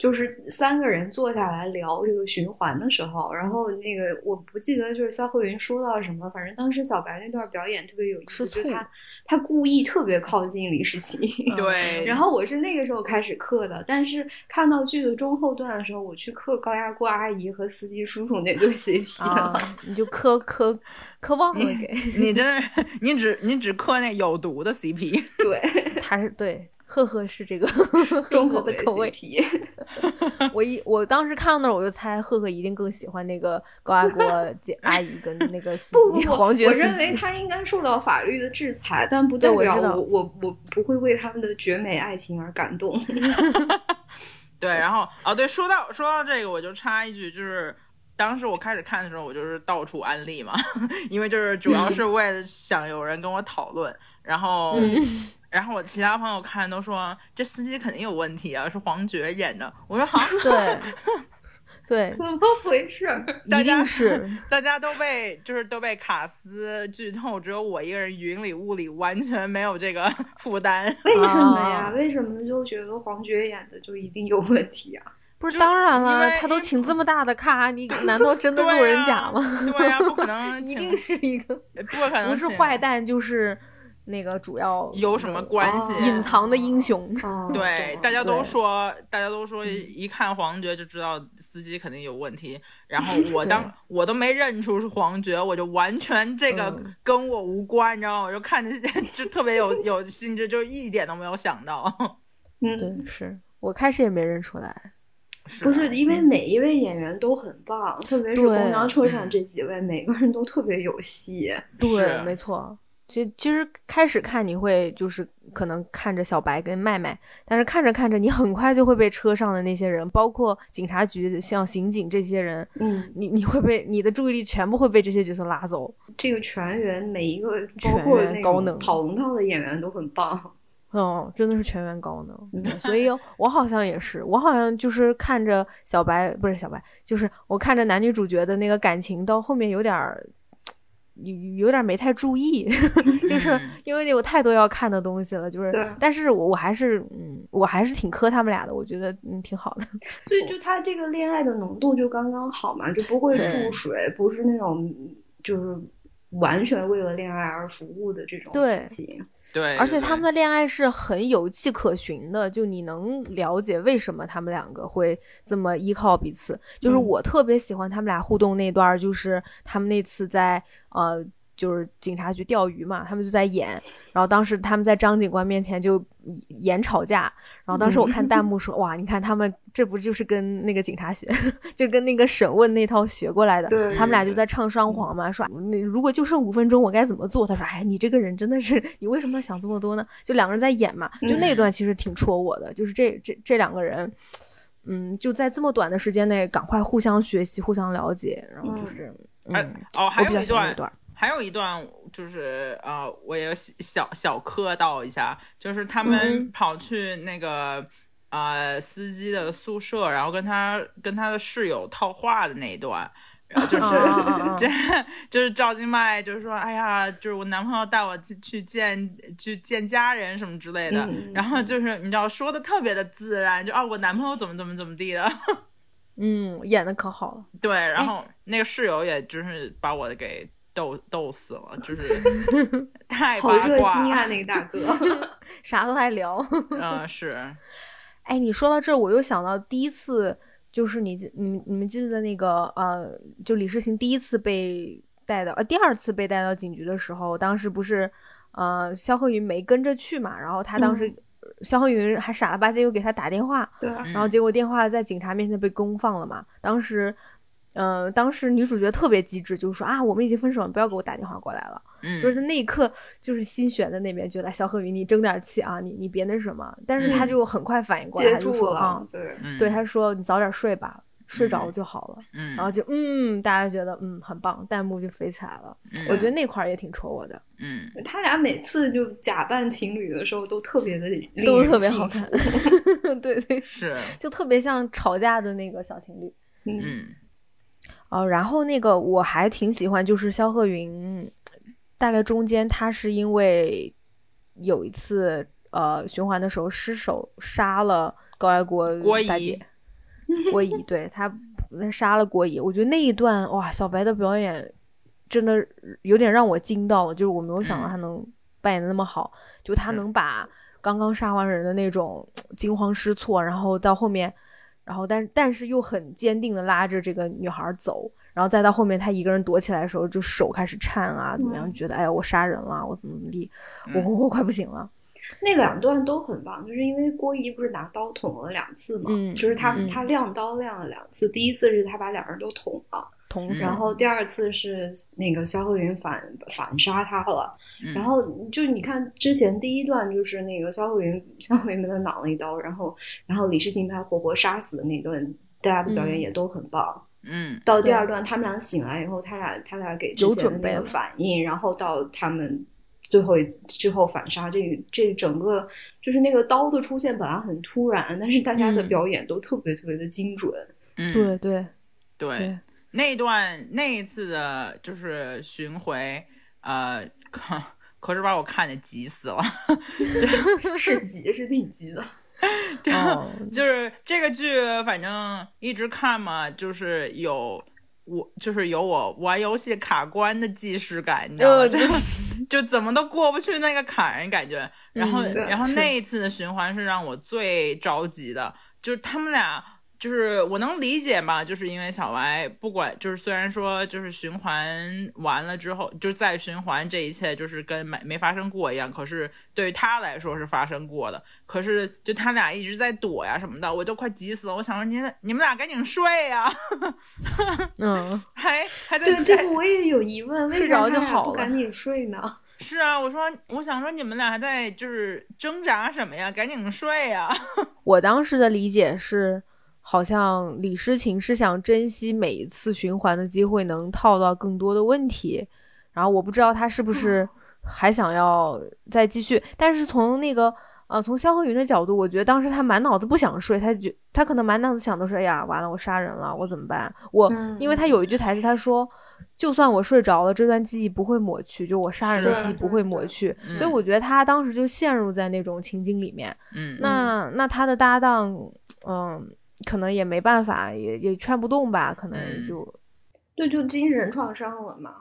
S3: 就是三个人坐下来聊这个循环的时候，然后那个我不记得就是肖鹤云说到什么，反正当时小白那段表演特别有意
S4: 吃
S3: 思，
S4: 醋
S3: 就是他他故意特别靠近李世奇，
S4: 嗯
S1: 对
S3: 然后我是那个时候开始刻的，但是看到剧的中后段的时候，我去刻高压锅阿姨和司机叔叔那对 CP
S4: 啊
S3: 了。，
S4: 你就磕磕磕忘了 给，
S1: 你真的是你只你只磕那有毒的 CP，
S3: 对，
S4: 他是对。赫赫是这个
S3: 中口
S4: 赫赫的口味，
S3: CP，
S4: 我一我当时看到那儿我就猜赫赫一定更喜欢那个高 压锅姐阿姨跟那个司
S3: 不不
S4: 机
S3: 不，
S4: 黄觉
S3: 我
S4: 司
S3: 认为
S4: 机，
S3: 他应该受到法律的制裁，但不代
S4: 对我
S3: 表
S4: 知道
S3: 我我我不会为他们的绝美爱情而感动。
S1: 对，然后哦对，说到说到这个，我就插一句，就是当时我开始看的时候，我就是到处安利嘛， 因为就是主要是为了想有人跟我讨论，然后。
S4: 嗯
S1: 然后我其他朋友看 都说这司机肯定有问题啊，是黄觉演的。我说好，
S4: 对，对，
S3: 怎么回事？
S1: 大
S4: 一
S1: 家
S4: 定是
S1: 大家都被就是都被卡斯剧透，只有我一个人云里雾里，完全没有这个 负担。
S3: 为什么呀？
S4: 啊
S3: 为什么就觉得黄觉演的就一定有问题啊？
S4: 不是？
S1: 就
S4: 当然
S1: 因
S4: 了，
S1: 为
S4: 他都
S1: 因嗯
S4: 请这么大的咖， 你难道真的路人甲吗？
S1: 对呀、啊对呀不可能
S4: 一
S1: 请，
S4: 定是一个，
S1: 不可能
S4: 不是
S1: 请
S4: 坏蛋就是那个主要
S1: 有什么
S4: 的
S1: 关系？
S3: 哦
S4: 啊隐藏的英雄。
S3: 哦，
S1: 对，
S3: 懂
S1: 大家都
S4: 对
S1: 说，大家都说，一看黄觉就知道司机肯定有问题。然后我
S4: 对
S1: 当我都没认出是黄觉，我就完全这个
S4: 嗯
S1: 跟我无关，你知道吗？我就看见就特别有有心智，就一点都没有想到。
S3: 嗯，
S4: 对，是我开始也没认出来。
S3: 不是
S1: 啊
S3: 因为每一位演员都很棒，特别是
S4: 嗯对
S3: 公交车上
S1: 嗯
S3: 这几位，每个人都特别有戏。
S4: 对
S1: 是，啊
S4: 没错。其实其实开始看你会就是可能看着小白跟麦麦，但是看着看着你很快就会被车上的那些人，包括警察局像刑警这些人，
S3: 嗯，
S4: 你你会被你的注意力全部会被这些角色拉走。
S3: 这个全员每一个，包
S4: 全员
S3: 括那
S4: 高
S3: 种
S4: 能
S3: 跑龙套的演员都很棒。
S4: 嗯，真的是全员高能，
S3: 嗯
S4: 对所 以我好像也是，我好像就是看着小白，不是小白，就是我看着男女主角的那个感情到后面有点儿，有有点儿没太注意， 就是
S1: 嗯
S4: 因为有太多要看的东西了，就是
S3: 对，
S4: 但是我我还是，嗯，我还是挺磕他们俩的，我觉得嗯挺好的，
S3: 所以就他这个恋爱的浓度就刚刚好嘛，就不会注
S1: 对
S3: 水，不是那种就是完全为了恋爱而服务的这种
S4: 对
S3: 戏。
S1: 对，
S4: 而且
S1: 对
S4: 他们的恋爱是很有迹可循的，就你能了解为什么他们两个会这么依靠彼此。就是
S3: 嗯
S4: 我特别喜欢他们俩互动那段儿，就是他们那次在呃，就是警察局钓鱼嘛，他们就在演，然后当时他们在张警官面前就演吵架，然后当时我看 弹幕说，哇，你看他们这不就是跟那个警察学， 就跟那个审问那套学过来的，
S3: 对
S4: 他们俩就在唱
S1: 嗯
S4: 双簧嘛，说那如果就剩五分钟，我该怎么做？他说，哎，你这个人真的是， 你为什么要想这么多呢？就两个人在演嘛，就
S1: 嗯
S4: 那段其实挺戳我的，就是这这这两个人。嗯，就在这么短的时间内，赶快互相学习、互相了解，然后就是，嗯，
S1: 哎哦，还
S4: 我比
S1: 有
S4: 较
S1: 一
S4: 喜欢
S1: 段
S4: 那段儿，
S1: 还有一段就是呃，我也小小小磕到一下，就是他们
S4: 嗯
S1: 跑去那个、呃司机的宿舍，然后跟他跟他的室友套话的那一段。然后就是
S4: 啊啊啊啊
S1: 这，就是赵今麦，就是说，哎呀，就是我男朋友带我去去见去见家人什么之类的，
S3: 嗯
S1: 然后就是你知道说的特别的自然，就啊，我男朋友怎么怎么怎么地的，
S4: 嗯，演的可好了。
S1: 对，
S4: 哎
S1: 然后那个室友也就是把我给逗逗死了，就是 太
S3: 好
S1: 八
S3: 热
S1: 卦，
S3: 心啊，那个大哥。
S4: 啥都爱聊。
S1: 嗯， 是，
S4: 哎，你说到这儿，我又想到第一次，就是你记你们你们记不记得那个呃，就李世情第一次被带到呃第二次被带到警局的时候，当时不是呃肖鹤云没跟着去嘛，然后他当时、肖鹤云还傻了吧唧又给他打电话，
S3: 对，啊
S1: 嗯
S4: 然后结果电话在警察面前被公放了嘛。当时，呃，当时女主角特别机智，就说啊，我们已经分手了，不要给我打电话过来了。
S1: 嗯，
S4: 就是那一刻，就是心悬在那边，觉得哎小何云你争点气啊，你你别那什么。但是他
S1: 嗯
S4: 就很快反应过来，
S3: 接
S4: 他就
S3: 住
S4: 说啊
S3: 了，，对。
S1: 嗯
S4: 对，他说你早点睡吧，睡着就好了。
S1: 嗯，
S4: 然后就嗯，大家觉得嗯很棒，弹幕就飞起来了。
S1: 嗯
S4: 我觉得那块儿也挺戳我的，
S1: 嗯，
S3: 他俩每次就假扮情侣的时候都特 别的令人
S4: 都特别好
S3: 信服
S4: 看。 对对，
S1: 是，
S4: 就特别像吵架的那个小情侣。
S3: 嗯，
S1: 嗯
S4: 哦，然后那个我还挺喜欢，就是肖鹤云，大概中间他是因为有一次呃循环的时候失手杀了高爱国
S1: 郭
S4: 大
S1: 姨
S4: 姐，郭姨，对他杀了郭姨，我觉得那一段哇，小白的表演真的有点让我惊到了，就是我没有想到
S1: 嗯
S4: 他能扮演的那么好，就他
S1: 是
S4: 能把刚刚杀完人的那种惊慌失措，然后到后面，然后但但是又很坚定的拉着这个女孩走，然后再到后面他一个人躲起来的时候，就手开始颤啊，怎么样，
S3: 嗯
S4: 觉得哎呀我杀人了，我怎么怎么地，我
S1: 嗯
S4: 我我快不行了，
S3: 那两段都很棒，就是因为郭姨不是拿刀捅了两次嘛，
S4: 嗯
S3: 就是他、
S4: 嗯
S3: 他亮刀亮了两次，第一次是他把两人都捅了，
S4: 捅死
S3: 然后第二次是那个肖鹤云反 反杀他了，
S1: 嗯，
S3: 然后就你看之前第一段就是那个肖鹤云 肖鹤云被他攮了一刀，然后然后李世民把他活活杀死的那段，大家的表演
S4: 嗯
S3: 也都很棒，
S1: 嗯
S3: 到第二段，他们俩醒来以后，他俩他俩给之
S4: 有
S3: 前
S4: 准
S3: 的那
S4: 备
S3: 个
S4: 了
S3: 反应，然后到他们最后一次最后反杀，这个这整个就是那个刀的出现本来很突然，但是大家的
S4: 嗯
S3: 表演都特别特别的精准。
S1: 嗯，
S4: 对对，
S1: 对，
S4: 对
S1: 那段那一次的就是巡回，呃，可可是把我看的急死了。
S3: 是急是挺急的，
S4: 哦，
S1: 就是这个剧，反正一直看嘛，就是有我，就是有我玩游戏卡关的既视感，你知道 吗？
S4: 呃
S1: 就就怎么都过不去那个坎儿，感觉。然后，
S4: 嗯
S3: 对
S1: 然后
S3: 是
S1: 那一次的循环是让我最着急的，就是他们俩。就是我能理解嘛，就是因为小白不管，就是虽然说就是循环完了之后，就再循环这一切就是跟没没发生过一样，可是对于他来说是发生过的。可是就他俩一直在躲呀什么的，我都快急死了。我想说你们你们俩赶紧睡呀，
S4: 嗯，
S1: 还还在
S3: 对这
S1: 还
S3: 个我也有疑问，为
S4: 睡
S3: 啥他
S4: 着就
S3: 俩
S4: 好
S3: 不
S4: 了
S3: 赶紧睡呢？
S1: 是啊，我说我想说你们俩还在就是挣扎什么呀，赶紧睡啊 呀。
S4: 我当时的理解是，好像李诗情是想珍惜每一次循环的机会，能套到更多的问题。然后我不知道他是不是还想要再继续，但是从那个呃，从萧何云的角度，我觉得当时他满脑子不想睡，他觉他可能满脑子想的是，哎呀，完了，我杀人了，我怎么办？我、
S3: 嗯
S4: 因为他有一句台词，他说。就算我睡着了，这段记忆不会抹去，就我杀人的
S1: 是
S4: 记忆不会抹
S3: 对
S4: 去，
S1: 对
S4: 所以
S1: 嗯
S4: 我觉得他当时就陷入在那种情境里面。
S1: 嗯
S4: 那那他的搭档，嗯，可能也没办法，也也劝不动吧，可能也
S1: 嗯
S4: 就、
S3: 对，就精神创伤了嘛。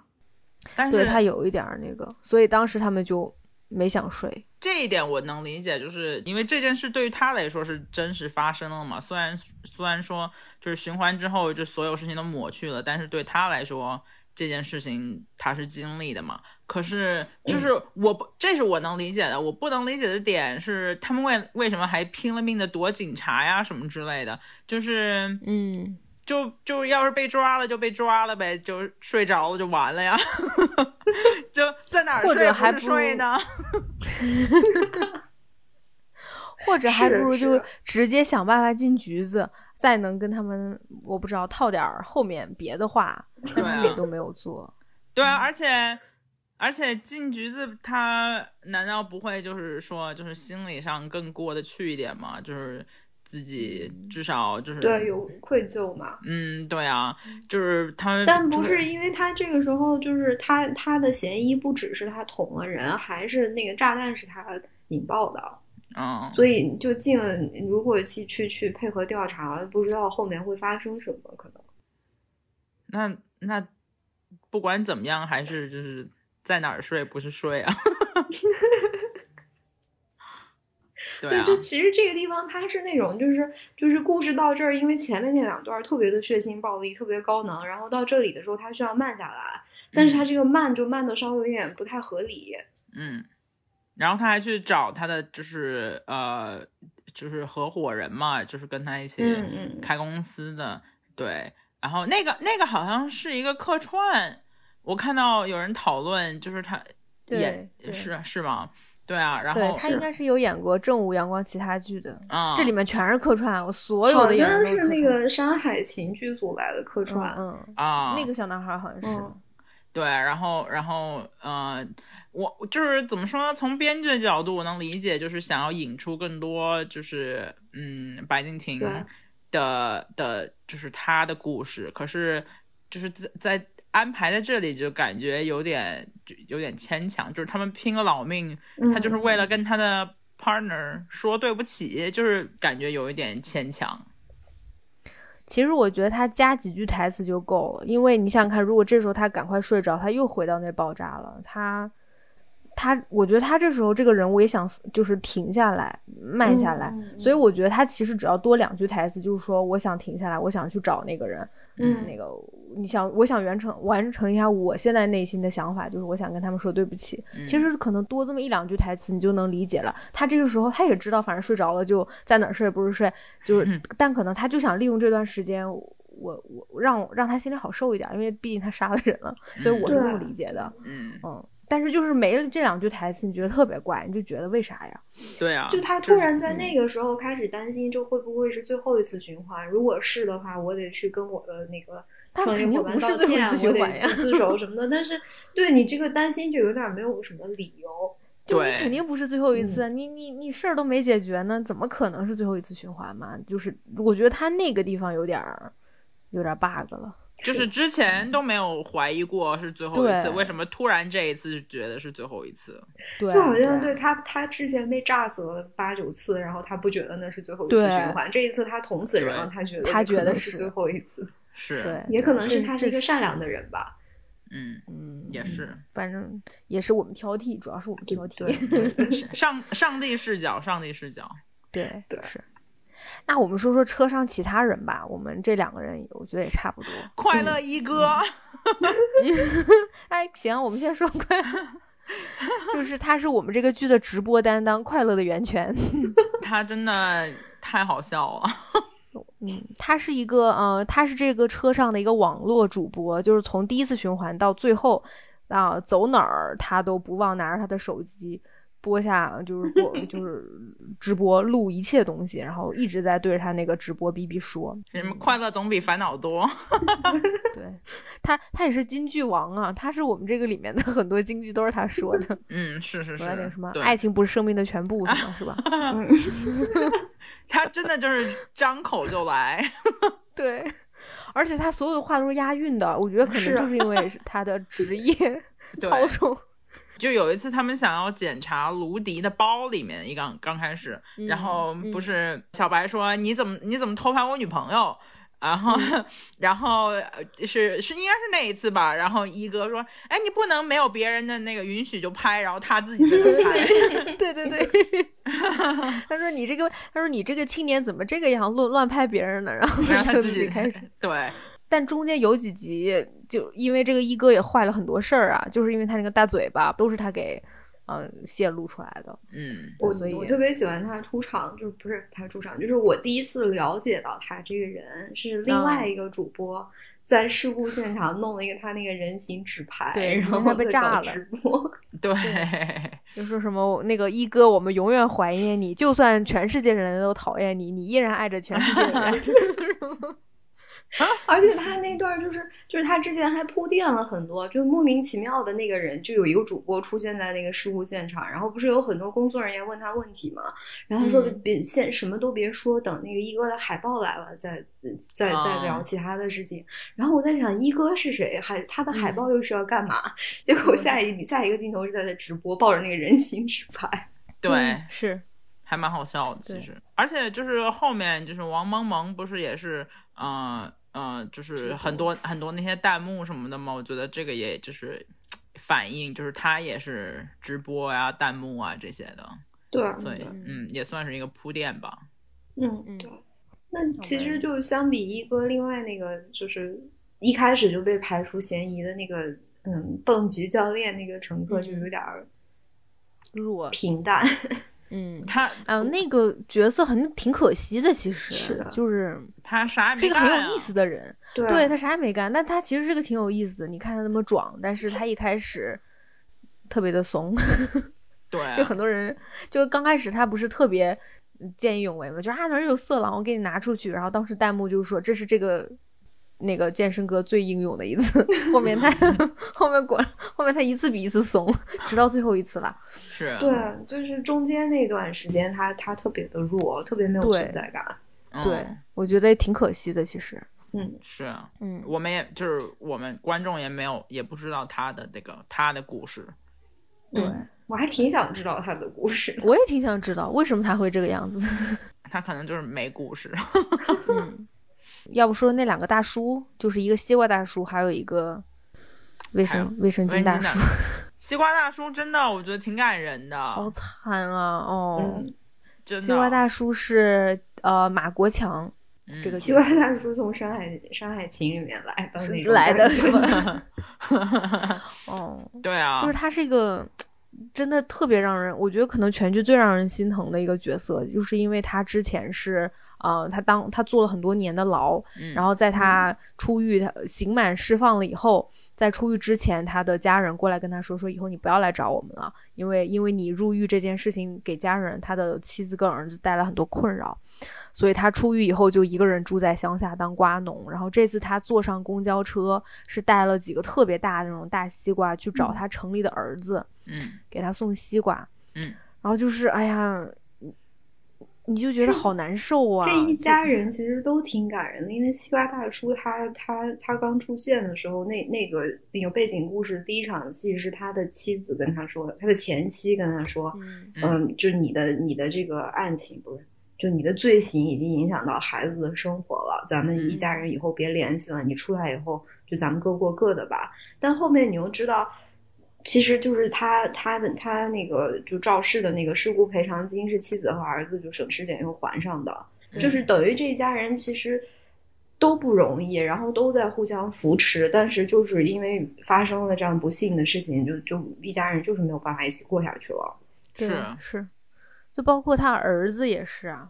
S1: 但
S4: 对
S1: 是
S4: 他有一点儿那个，所以当时他们就没想睡。
S1: 这一点我能理解，就是因为这件事对于他来说是真实发生了嘛。虽然虽然说就是循环之后，就所有事情都抹去了，但是对他来说这件事情他是经历的嘛。可是就是
S4: 嗯
S1: 我不，这是我能理解的，我不能理解的点是他们为为什么还拼了命的躲警察呀什么之类的，就是
S4: 嗯，
S1: 就就要是被抓了就被抓了呗，就睡着了就完了呀， 就在哪儿
S4: 或者
S1: 睡
S4: 还
S1: 不是
S4: 不如
S1: 睡呢？
S4: 或者还不
S3: 是
S4: 如就是直接想办法进局子，再能跟他们我不知道套点儿后面别的话，但他
S1: 对
S4: 们
S1: 啊
S4: 也都没有做。
S1: 对啊，而且而且进局子他难道不会就是说就是心理上更过得去一点吗？就是自己至少就是
S3: 对，有愧疚嘛。
S1: 嗯对啊，就是他们
S3: 但不
S1: 就是
S3: 因为他这个时候，就是他他的嫌疑不只是他捅了人，还是那个炸弹是他引爆的，
S1: 嗯
S3: 所以就进了。如果去去去配合调查，不知道后面会发生什么可能。
S1: 那那不管怎么样还是就是在哪儿睡不是睡啊。 对啊，
S3: 就其实这个地方它是那种，就是就是故事到这儿，因为前面那两段特别的血腥暴力，特别高能，然后到这里的时候它需要慢下来，但是
S4: 嗯
S3: 它这个慢就慢的稍微有点不太合理。
S1: 嗯，然后他还去找他的就是呃就是合伙人嘛，就是跟他一起
S3: 嗯嗯
S1: 开公司的，对。然后那个那个好像是一个客串，我看到有人讨论，就是他
S4: 对
S1: 演
S4: 对
S1: 是是吗？对啊，然
S4: 对
S1: 后
S4: 他应该是有演过《正午阳光》其他剧的，
S1: 啊，哦
S4: 这里面全是客串，我所有
S3: 好
S4: 的演
S3: 像
S4: 员都
S3: 是
S4: 客
S3: 那
S4: 串
S3: 个山海情剧组来的客串，
S4: 嗯嗯，
S1: 啊哦
S4: 那个小男孩儿好像是。
S3: 嗯
S1: 对，然后，然后，呃，我就是怎么说呢？从编剧的角度，我能理解，就是想要引出更多，就是嗯，白敬亭
S3: 对
S1: 的的，就是他的故事。可是，就是在在安排在这里，就感觉有点就有点牵强。就是他们拼了老命，
S4: 嗯
S1: 他
S3: 嗯
S1: 就是为了跟他的 partner 说对不起，就是感觉有一点牵强。
S4: 其实我觉得他加几句台词就够了，因为你想想看，如果这时候他赶快睡着，他又回到那爆炸了，他他，我觉得他这时候这个人物也想就是停下来，慢下来，
S3: 嗯嗯
S4: 所以我觉得他其实只要多两句台词，就是说我想停下来，我想去找那个人，
S3: 嗯
S4: 那个你想我想完成完成一下我现在内心的想法，就是我想跟他们说对不起。
S1: 嗯
S4: 其实可能多这么一两句台词，你就能理解了。他这个时候他也知道，反正睡着了就在哪儿睡不是睡，就是但可能他就想利用这段时间，我我我让让他心里好受一点，因为毕竟他杀了人了，所以我是这么
S3: 对
S4: 理解的。
S1: 嗯，
S4: 嗯，但是就是没了这两句台词，你觉得特别怪，你就觉得为啥呀？
S1: 对啊，
S3: 就他突然
S4: 嗯
S3: 在那个时候开始担心，这会不会是最后一次循环？如果是的话，我得去跟我的那个
S4: 他
S3: 创业
S4: 肯定
S3: 伙
S4: 不
S3: 伴
S4: 是
S3: 道
S4: 最
S3: 歉，我
S4: 后一次循环
S3: 得
S4: 呀
S3: 去自首什么的。但是对你这个担心就有点没有什么理由。
S4: 就你
S1: 对
S4: 肯定不是最后一次，啊
S3: 嗯
S4: 你你你事儿都没解决呢，怎么可能是最后一次循环嘛？就是我觉得他那个地方有点儿有点 bug 了。
S1: 就是之前都没有怀疑过是最后一次，
S4: 对
S1: 为什么突然这一次觉得是最后一次？
S4: 对，
S3: 就好像
S4: 对
S3: 对他，他之前被炸死了八九次，然后他不觉得那是最后一次
S4: 对
S3: 循环，这一次他捅死人了，
S1: 对
S3: 他觉得
S4: 他
S3: 这可
S4: 觉得
S3: 能
S4: 是
S3: 是最后一次，
S1: 是，
S4: 对
S3: 也可能是
S4: 这
S3: 他是
S4: 这
S3: 一个
S4: 是
S3: 善良的人吧。
S1: 嗯，
S4: 嗯，
S1: 也 是，
S4: 反正也是我们挑剔，主要是我们挑剔。
S3: 对，
S1: 上上帝视角，上帝视角，
S4: 对
S3: 对
S4: 是。那我们说说车上其他人吧，我们这两个人我觉得也差不多。
S1: 快乐一哥，
S4: 嗯哎，行，我们先说快乐， 就是他是我们这个剧的直播担当，快乐的源泉。
S1: 他真的太好笑了，
S4: 嗯，他是一个，呃，他是这个车上的一个网络主播，就是从第一次循环到最后，啊、走哪儿他都不忘拿着他的手机播下，就是 播就是直播录一切东西，然后一直在对着他那个直播哔哔说。
S1: 什么快乐总比烦恼多，
S4: 对他，他也是京剧王啊，他是我们这个里面的 很多京剧都是他说 的。
S1: 嗯，是是
S4: 我
S1: 是
S4: 那个什么，，
S1: 对
S4: 爱情不是生命的全部，什么 是吧？
S1: 他真的就是张口就来，
S4: 对，而且他所有的话都是押韵的，我觉得可能
S3: 是啊
S4: 就是 因为是他的职业
S1: 对
S4: 操纵。
S1: 就有一次，他们想要检查卢迪的包里面，一刚刚开始，
S4: 嗯
S1: 然后不
S4: 嗯
S1: 是小白说、你怎么你怎么偷拍我女朋友？然后，
S4: 嗯
S1: 然后呃是是应该是那一次吧。然后一哥说：“哎，你不能没有别人的那个允许就拍，然后他自己在那拍。
S4: 对对 对，他说你这个，他说你这个青年怎么这个样乱乱拍别人呢？然后
S1: 然后他
S4: 就
S1: 自己
S4: 开始，
S1: 对，
S4: 但中间有几集就因为这个一哥也坏了很多事儿啊，就是因为他那个大嘴巴都是他给嗯、呃泄露出来的，
S1: 嗯，
S3: 我
S4: 所以
S3: 我特别喜欢他出场，就是不是他出场，就是我第一次了解到他这个人是
S4: 嗯
S3: 另外一个主播。在事故现场弄了一个他那个人形纸牌，
S4: 对
S3: 然
S4: 因为他
S3: 后
S4: 被
S3: 在
S4: 炸
S3: 搞
S4: 了
S3: 直播，
S1: 对，
S4: 就说什么那个一哥，我们永远怀念你，就算全世界人都讨厌你，你依然爱着全世界的人。
S3: 而且他那段就是就是他之前还铺垫了很多，就莫名其妙的那个人，就有一个主播出现在那个事故现场，然后不是有很多工作人员问他问题嘛，然后他说
S4: 嗯
S3: 别先什么都别说，等那个一哥的海报来了再再再
S1: 啊
S3: 聊其他的事情。然后我在想一哥是谁，海他的海
S1: 嗯
S3: 报又是要干嘛？ 结果下一下一个镜头是他在直播，抱着那个人形纸牌，
S1: 对，
S4: 嗯是，
S1: 还蛮好笑的，其
S4: 对
S1: 实。而且就是后面就是王蒙蒙不是也是，嗯、呃、嗯、就是很多很多那些弹幕什么的嘛，我觉得这个也就是反映，就是他也是直播呀、弹幕啊这些的，
S3: 对，
S1: 所以嗯也算是一个铺垫吧。
S3: 嗯，
S4: 嗯
S3: 对。那其实就是相比一哥，另外那个就是一开始就被排除嫌疑的那个，嗯，蹦极教练那个乘客就
S4: 嗯
S3: 有点儿
S4: 弱，
S3: 平淡。
S4: 嗯，
S1: 他
S4: 啊，那个角色很挺可惜的，其实
S3: 是的
S4: 就是
S1: 他啥也
S4: 是一
S1: 没
S4: 个
S1: 干、
S4: 很
S1: 啊，
S4: 有意思的人，
S3: 对 啊
S4: 对他啥也没干，但他其实是个挺有意思的。你看他那么壮，但是他一开始特别 的
S3: 啊
S4: 怂，
S1: 对，
S4: 就很多人就刚开始他不是特别嗯见义勇为嘛，就是啊哪儿有色狼，我给你拿出去。然后当时弹幕就说这是这个那个健身哥最英勇的一次， 后 面他后面果然后面他一次比一次怂，直到最后一次了。
S1: 是，
S3: 对，就是中间那段时间他，他特别的弱，特别没有
S4: 对
S3: 存在感。
S1: 嗯
S4: 对，我觉得挺可惜的，其实，
S3: 嗯，
S1: 是。
S4: 嗯，
S1: 我们也就是我们观众也没有也不知道他的这个他的故事，
S4: 对。
S3: 嗯我还挺想知道他的故事的。
S4: 我也挺想知道为什么他会这个样子。
S1: 他可能就是没故事。
S4: 嗯，要不说那两个大叔，就是一个西瓜大叔，还有一个卫
S1: 还有
S4: 生卫生
S1: 我
S4: 巾大叔，，
S1: 西瓜大叔真的，我觉得挺感人的，
S4: 好惨啊！哦，
S3: 嗯，
S1: 真的。啊
S4: 西瓜大叔是呃马国强
S1: 嗯
S4: 这个
S3: 奇怪，大叔从《山海山海情》里面来的那种
S4: 来的
S3: 感觉
S4: 是吧？哦，
S1: 嗯 对啊，
S4: 就是他是一个。真的特别让人，我觉得可能全剧最让人心疼的一个角色，就是因为他之前是，呃，他当他坐了很多年的牢，
S1: 嗯
S4: 然后在他出狱、他刑满释放了以后，在出狱之前，他的家人过来跟他说说，以后你不要来找我们了，因为因为你入狱这件事情给家人、他的妻子跟儿子带来很多困扰，所以他出狱以后就一个人住在乡下当瓜农。然后这次他坐上公交车，是带了几个特别大的那种大西瓜去找他城里的儿子，
S1: 嗯
S4: 给他送西瓜。
S1: 嗯，
S4: 然后就是哎呀，你就觉得好难受啊。
S3: 这一家人其实都挺感人的，因为西瓜大叔他他他刚出现的时候，那那个那个背景故事，第一场戏是他的妻子跟他说，他的前妻跟他说，
S4: 嗯
S3: 嗯，就你的你的这个案情不是，就你的罪行已经影响到孩子的生活了，咱们一家人以后别联系了，你出来以后就咱们各过各的吧。但后面你又知道，其实就是他他的他那个就肇事的那个事故赔偿金是妻子和儿子就省吃俭用还上的，就是等于这一家人其实都不容易，然后都在互相扶持，但是就是因为发生了这样不幸的事情，就就一家人就是没有办法一起过下去了。
S4: 对
S1: 是啊
S4: 是，就包括他儿子也是啊，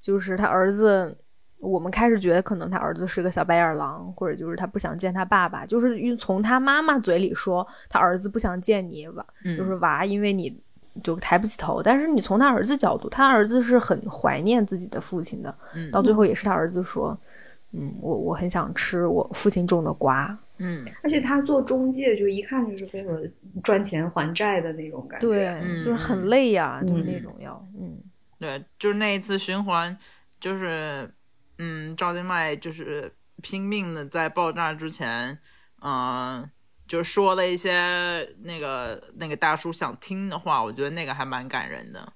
S4: 就是他儿子，我们开始觉得可能他儿子是个小白眼狼，或者就是他不想见他爸爸，就是因从他妈妈嘴里说他儿子不想见你吧，
S1: 嗯
S4: 就是娃，因为你就抬不起头。但是你从他儿子角度，他儿子是很怀念自己的父亲的，
S1: 嗯
S4: 到最后也是他儿子说，嗯，我我很想吃我父亲种的瓜。
S1: 嗯
S3: 而且他做中介，就一看就是为了赚钱还债的那种感觉。
S4: 对，
S1: 嗯
S4: 就是很累呀、就是那
S1: 嗯
S4: 种要，嗯，
S1: 对，就是那一次循环，就是嗯，赵今麦就是拼命的在爆炸之前，嗯、就说了一些那个那个大叔想听的话，我觉得那个还蛮感人的。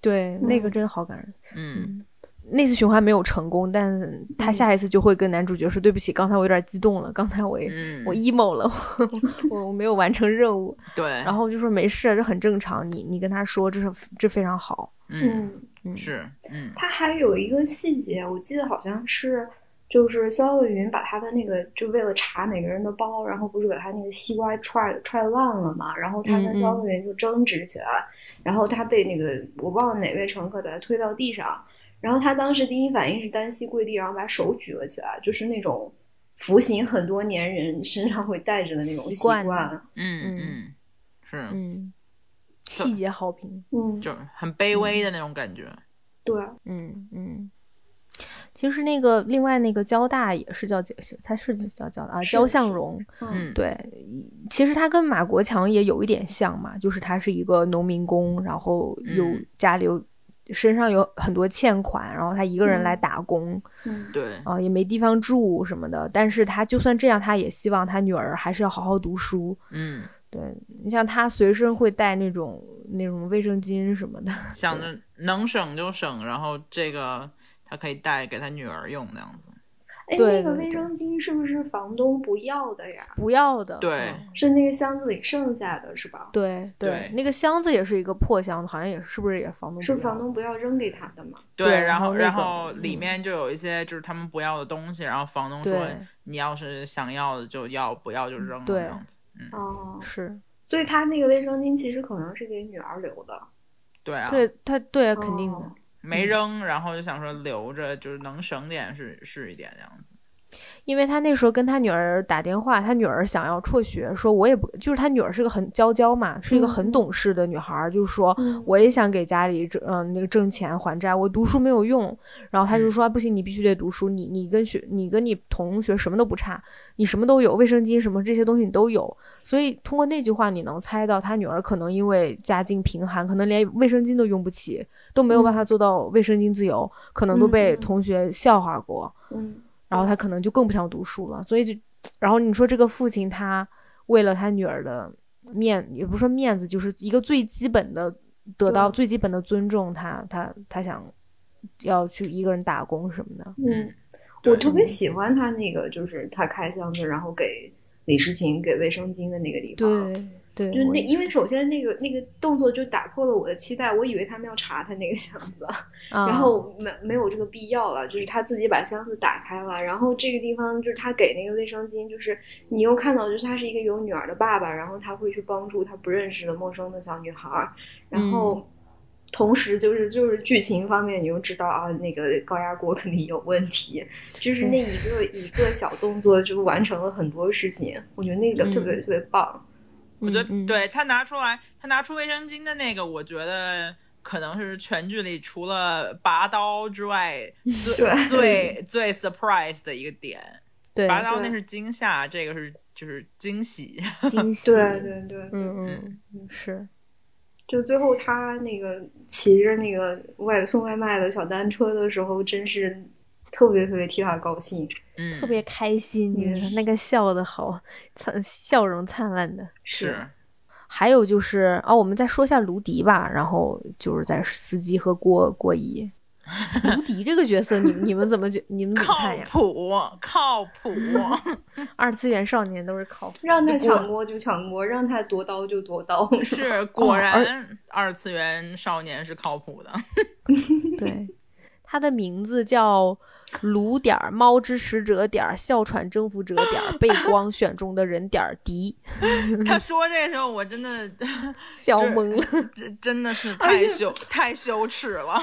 S4: 对，那个
S3: 嗯
S4: 真好感人。
S1: 嗯，
S4: 那次循环没有成功，但他下一次就会跟男主角说：“对不起，刚才我有点激动了，刚才我也、
S1: 嗯
S4: 我 emo 了， 我我没有完成任务。”
S1: 对，
S4: 然后就说：“没事，这很正常。你你跟他说，这是这非常好。
S1: 嗯
S3: 嗯，
S4: 嗯”
S1: 是嗯
S3: 他还有一个细节，我记得好像是，就是肖卫云把他的那个，就为了查每个人的包，然后不是把他那个西瓜踹踹烂了嘛，然后他
S4: 嗯嗯
S3: 跟肖卫云就争执起来，然后他被那个我忘了哪位乘客把他推到地上，然后他当时第一反应是单膝跪地，然后把手举了起来，就是那种服刑很多年人身上会带着的那种
S4: 习
S3: 习
S4: 惯
S3: 惯。
S1: 嗯
S4: 嗯
S1: 嗯，是
S4: 嗯，细节好评。
S3: 嗯，
S1: 就是很卑微的那种感觉。
S3: 对。
S4: 嗯嗯，其实那个另外那个交大也是叫他是叫交大啊，
S3: 是
S4: 焦
S3: 是
S4: 向荣。
S1: 嗯
S4: 对，其实他跟马国强也有一点像嘛，就是他是一个农民工，然后有
S1: 嗯
S4: 家里有身上有很多欠款，然后他一个人来
S3: 嗯
S4: 打工
S3: 嗯，
S1: 对，
S4: 啊、也没地方住什么的。但是他就算这样，他也希望他女儿还是要好好读书。
S1: 嗯，
S4: 对你像他随身会带那种那种卫生巾什么的，
S1: 想着能省就省，然后这个他可以带给他女儿用那样子。
S4: 嗯
S3: 哎，那
S4: 对
S3: 个卫
S4: 对对
S3: 生巾是不是房东不要的呀？
S4: 不要的。
S1: 对
S4: 嗯
S3: 是那个箱子里剩下的是吧？
S4: 对
S1: 对
S4: 那个箱子也是一个破箱子，好像也是是不是也是房东
S3: 是
S4: 不要
S3: 房
S4: 的
S3: 东不要扔给他的嘛？
S1: 对，
S4: 对
S1: 然
S4: 然后
S1: 后
S4: 那
S1: 然
S4: 个
S1: 后里
S4: 嗯
S1: 面就有一些就是他们不要的东西，然后房东说
S4: 对
S1: 你要是想要的就要，不要就扔了
S4: 对
S1: 这样子。嗯，
S3: 哦，
S4: 是
S3: 所以他那个卫生巾其实可能是给女儿留的。
S1: 对啊，
S4: 对嗯他对肯定的。
S3: 哦
S1: 没
S4: 嗯
S1: 扔，然后就想说留着，就是能省点是是一点这样子。
S4: 因为他那时候跟他女儿打电话，他女儿想要辍学，说我也不，就是他女儿是个很娇娇嘛，是一个很懂事的女孩儿，就是说
S3: 嗯
S4: 我也想给家里挣嗯那个挣钱还债，我读书没有用，然后他就
S1: 嗯
S4: 说、啊不行，你必须得读书，你你跟学你跟你同学什么都不差，你什么都有，卫生巾什么这些东西你都有，所以通过那句话你能猜到他女儿可能因为家境贫寒，可能连卫生巾都用不起，都没有办法做到卫生巾自由，可能都被
S3: 嗯
S4: 同学笑话过。
S3: 嗯，
S4: 然后他可能就更不想读书了。所以就，然后你说这个父亲他为了他女儿的面，也不是说面子，就是一个最基本的得到
S3: 对
S4: 最基本的尊重，他他他想要去一个人打工什么的。
S3: 嗯，
S1: 对
S3: 我特别喜欢他那个，就是他开箱子，然后给李诗情给卫生巾的那个地方。
S4: 对
S3: 就是
S4: 我
S3: 那，因为首先那个那个动作就打破了我的期待，我以为他们要查他那个箱子，
S4: 啊
S3: 然后没没有这个必要了，就是他自己把箱子打开了，然后这个地方就是他给那个卫生巾，就是你又看到就是他是一个有女儿的爸爸，然后他会去帮助他不认识的陌生的小女孩儿，然
S4: 嗯
S3: 后同时就是就是剧情方面你又知道啊那个高压锅肯定有问题，就是那一个一个小动作就完成了很多事情，我觉得那个特别、
S4: 嗯
S3: 特别棒，
S1: 我觉得、
S4: 嗯嗯
S1: 对他拿出来，他拿出卫生巾的那个，我觉得可能是全剧里除了拔刀之外，
S4: 嗯
S1: 最
S3: 对
S1: 最最 surprise 的一个点。
S4: 对
S1: 拔刀那
S3: 对
S1: 是惊吓，这个是就是惊喜。
S3: 嗯
S4: 惊喜，嗯
S3: 对对对，
S4: 嗯嗯是。
S3: 就最后他那个骑着那个外送外卖的小单车的时候，真是特别特别替他高兴。
S1: 嗯，
S4: 特别开心，你
S3: 嗯
S4: 说那个笑的好灿，笑容灿烂的。
S1: 是，
S4: 还有就是啊、我们再说一下卢迪吧，然后就是在司机和郭郭姨。卢迪这个角色，你们你们怎么觉你们怎么
S1: 靠
S4: 看呀？
S1: 谱，靠 谱，
S4: 二次元少年都是靠谱，
S3: 让他抢锅就抢锅，让他夺刀就夺刀。
S1: 是果
S4: 哦
S1: 然二次元少年是靠谱 的。
S4: 对，他的名字叫卢点儿猫之使者点儿哮喘征服者点儿被光选中的人点儿 迪，
S1: 他说这个时候，我真的，
S4: 笑
S1: 就是
S4: 懵了。
S1: 这真的是太羞太羞耻了。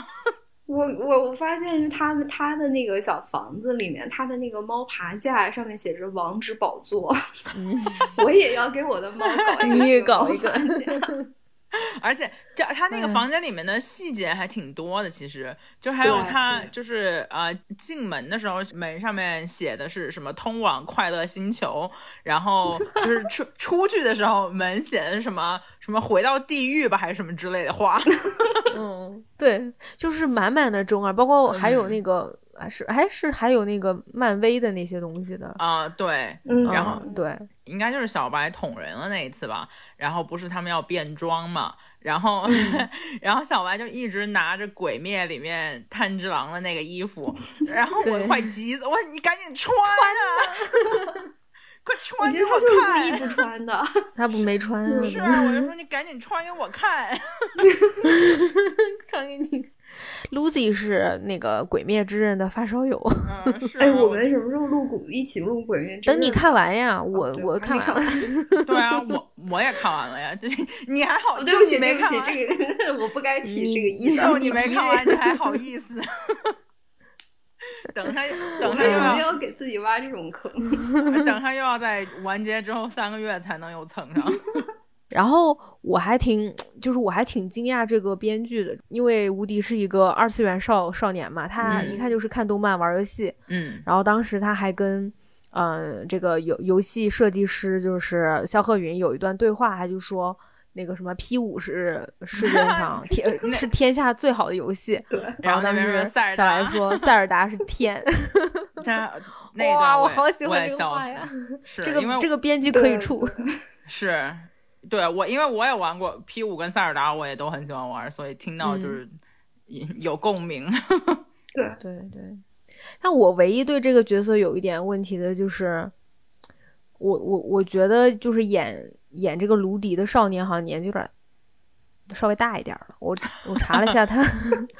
S3: 我我我发现他们他的那个小房子里面，他的那个猫爬架上面写着“王之宝座”，
S4: 嗯
S3: 我也要给我的猫搞一个，
S4: 你也搞一个。
S1: 而且这他那个
S4: 嗯
S1: 房间里面的细节还挺多的，其实就还有
S3: 对
S1: 他
S3: 对
S1: 就是呃进门的时候，门上面写的是什么“通往快乐星球”，然后就是出 出去的时候门写的是什么什么“回到地狱吧”还是什么之类的话。
S4: 嗯，对，就是满满的中二，啊包括还有那个、啊是还是还有那个漫威的那些东西的。
S1: 啊、对，
S3: 嗯，
S1: 然后
S4: 嗯对，
S1: 应该就是小白捅人了那一次吧，然后不是他们要变装嘛，然后、
S3: 嗯
S1: 然后小白就一直拿着《鬼灭》里面炭治郎的那个衣服，然后我
S4: 对
S1: 快急死，我说你赶紧穿啊，快
S3: 我
S1: 穿
S3: 觉
S1: 给
S3: 得他就是故
S1: 我
S3: 意不穿的。
S4: 他不没穿啊，
S1: 看，是啊，我就说你赶紧穿给我看，
S4: 穿给你。Lucy 是那个《鬼灭之刃》的发烧友，
S1: 嗯， 是，
S3: 哎，我们什么时候录古一起录《鬼灭之刃》？嗯
S4: 哎等你看完呀，我、
S3: 啊哦对
S4: 我
S3: 我还
S4: 看
S3: 没
S4: 完了，
S1: 对啊，我我也看完了呀，这你还好，
S3: 哦，对不起，
S1: 就你
S3: 对
S1: 没
S3: 不
S1: 看
S3: 起，
S1: 完，
S3: 这个我不该提这个
S4: 你
S3: 意
S4: 你
S3: 思。
S1: 就你没看完，你还好意思？ 等他，等他又
S3: 为什么
S1: 要
S3: 要给自己挖这种坑？
S1: 等他又要在完结之后三个月才能又蹭上。
S4: 然后我还挺，就是我还挺惊讶这个编剧的，因为无敌是一个二次元少少年嘛，他
S1: 嗯
S4: 一看就是看动漫、玩游戏，
S1: 嗯
S4: 然后当时他还跟，嗯、这个游游戏设计师就是肖鹤云有一段对话，他就说那个什么 P 五是世界上天呃是天下最好的游戏，
S3: 对，
S1: 然后那
S4: 当
S1: 边
S4: 时
S1: 说塞尔
S4: 小
S1: 达
S4: 白说塞尔达是 天，
S1: 他 那段
S4: 哇，
S1: 我也
S4: 好喜欢
S1: 我
S4: 这
S1: 也
S4: 个
S1: 笑
S4: 话
S1: 死
S4: 呀
S1: 了，，是
S4: 这
S1: 因
S4: 个
S1: 为
S4: 这个编辑可以
S3: 对
S4: 出，
S1: 是对我，因为我也玩过 P 五跟塞尔达，我也都很喜欢玩，所以听到
S4: 嗯
S1: 就是有有共鸣。
S3: 对，
S4: 对对。但我唯一对这个角色有一点问题的就是，我我我觉得就是演演这个卢迪的少年好像年纪有点儿稍微大一点儿了，我我查了 一下他。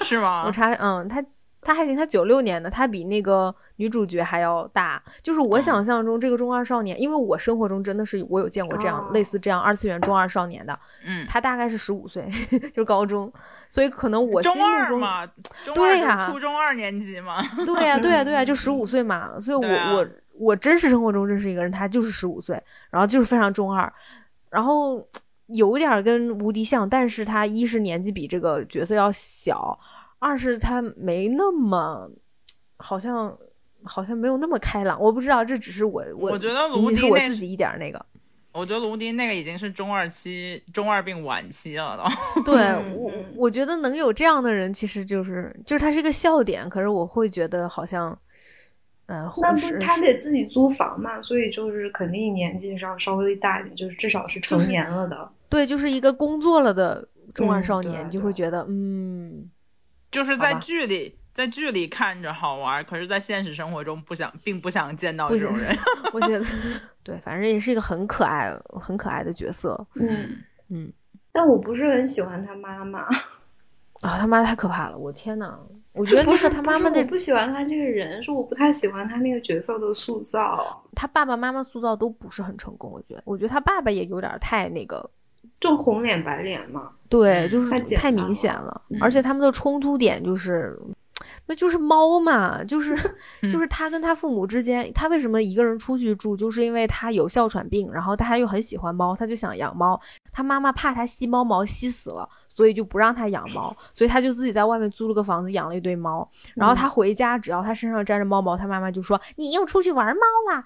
S1: 是
S4: 我
S1: 吗？
S4: 查，嗯，他他还行，他九六年的，他比那个女主角还要大。就是我
S1: 哦
S4: 想象中这个中二少年，因为我生活中真的是我有见过这样、
S3: 哦
S4: 类似这样二次元中二少年的，
S1: 嗯，
S4: 他大概是十五岁， 就是高中，所以可能我心
S1: 中
S4: 目
S1: 二
S4: 中，
S1: 嘛，中
S4: 对
S1: 二
S4: 呀
S1: 是初中二年级嘛，
S4: 对呀、对呀、对呀、就十五岁嘛，所以我、
S1: 嗯对啊
S4: 我我真实生活中认识一个人，他就是十五岁，然后就是非常中二，然后有点儿跟无敌像，但是他一是年纪比这个角色要小，二是他没那么好像好像没有那么开朗，我不知道，这只是我我
S1: 我觉得
S4: 仅
S1: 无
S4: 仅
S1: 敌
S4: 是我
S1: 那
S4: 自
S1: 是
S4: 己一点儿那个，
S1: 我觉得卢迪那个已经是中二期，中二病晚期了都。
S4: 对
S3: 嗯
S4: 我
S3: 嗯
S4: 我觉得能有这样的人，其实就是就是他是一个笑点，可是我会觉得好像。嗯，
S3: 那不
S4: 是
S3: 是他得自己租房嘛，所以就是肯定年纪上稍微大一点，就是至少是成
S4: 就是
S3: 年了的。
S4: 对，就是一个工作了的中二
S3: 嗯
S4: 少
S3: 对
S4: 年，
S3: 啊
S4: 你就
S3: 对
S4: 会
S3: 啊
S4: 觉得嗯，
S1: 就是在
S4: 好吧
S1: 剧里，在剧里看着好玩，可是，在现实生活中不想，并不想见到
S4: 不
S1: 哦这
S4: 行
S1: 种人。
S4: 我觉得对，反正也是一个很可爱、很可爱的角色
S3: 嗯
S4: 嗯，
S3: 但我不是很喜欢他妈 妈，
S4: 啊！他妈太可怕了，我天呐，我觉得
S3: 不
S4: 那
S3: 是
S4: 个他妈妈
S3: 不是
S4: 的
S3: 我，不喜欢他这个人，是我不太喜欢他那个角色的塑造，
S4: 他爸爸妈妈塑造都不是很成功，我觉得，我觉得他爸爸也有点儿太那个，
S3: 就红脸白脸嘛。
S4: 对，就
S1: 嗯
S4: 是
S3: 太简
S4: 太
S3: 单
S4: 明
S3: 了
S4: 显了，
S1: 嗯
S4: 而且他们的冲突点就是。那就是猫嘛，就是就是他跟他父母之间，他为什么一个人出去住，就是因为他有哮喘病，然后他又很喜欢猫，他就想养猫。他妈妈怕他吸猫毛吸死了，所以就不让他养猫，所以他就自己在外面租了个房子养了一堆猫。然后
S3: 嗯
S4: 他回家，只要他身上沾着猫毛，他妈妈就说：“你又出去玩猫啦！”哎呀，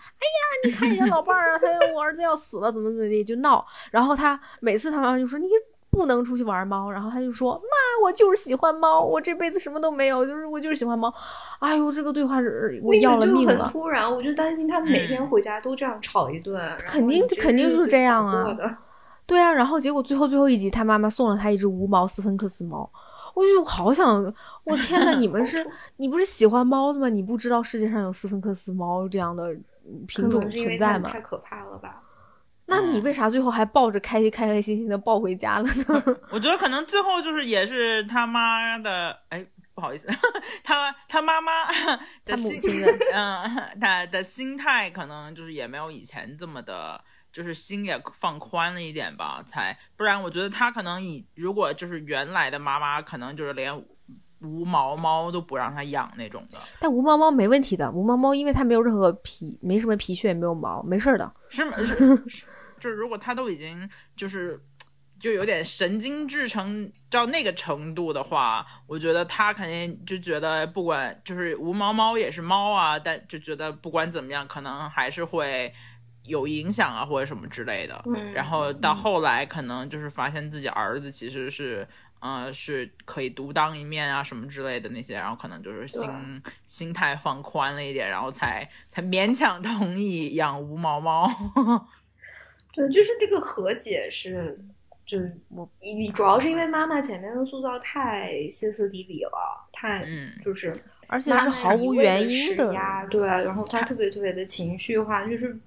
S4: 你看你的老伴儿啊，他我儿子要死了，怎么怎么地就闹。然后他每次他妈妈就说：“你不能出去玩猫，然后他就说妈，我就是喜欢猫，我这辈子什么都没有，就是我就是喜欢猫。哎呦，这个对话是我要了命
S3: 那个就
S4: 了嗯
S3: 很，突然，我就担心他每天回家都这样吵一顿，然后
S4: 肯定
S3: 你这
S4: 肯定
S3: 日
S4: 就是
S3: 子
S4: 这样
S3: 咋
S4: 啊
S3: 过的
S4: 对啊，然后结果最后最后一集，他妈妈送了他一只无毛斯芬克斯猫，我就好想，我天呐，你 们是你不是喜欢猫的吗？你不知道世界上有斯芬克斯猫这样的嗯
S3: 可
S4: 品
S3: 能
S4: 种
S3: 是因为
S4: 存
S3: 他
S4: 在
S3: 们
S4: 吗
S3: 太？可怕了 吧？
S4: 那你
S1: 嗯
S4: 为啥最后还抱着开开开心心的抱回家了呢？
S1: 我觉得可能最后就是也是他妈的，哎，不好意思，他他妈妈的
S4: 他母
S1: 心
S4: 亲的
S1: 嗯，他的心态可能就是也没有以前这么的，就是心也放宽了一点吧，才不然我觉得他可能以如果就是原来的妈妈，可能就是连无毛猫都不让他养那种的，
S4: 但无毛猫没问题的，无毛猫因为它没有任何皮，没什么皮屑，也没有毛，没事儿的。
S1: 是吗？是是就是如果他都已经就是就有点神经质成到那个程度的话，我觉得他肯定就觉得不管就是无毛猫也是猫啊，但就觉得不管怎么样，可能还是会有影响啊或者什么之类的。
S3: 嗯，
S1: 然后到后来可能就是发现自己儿子其实是。呃，是可以独当一面啊，什么之类的那些，然后可能就是心心态放宽了一点，然后才才勉强同意养无毛猫。
S3: 对，就是这个和解是，就是
S4: 我
S3: 你主要是因为妈妈前面的塑造太歇斯底里了，太
S1: 嗯
S3: 就是
S4: 而且
S3: 妈
S4: 是
S3: 妈
S4: 毫
S3: 一
S4: 无
S3: 味地
S4: 原因
S3: 施
S4: 的，
S3: 压，对，然后她特别特别的情绪化，就是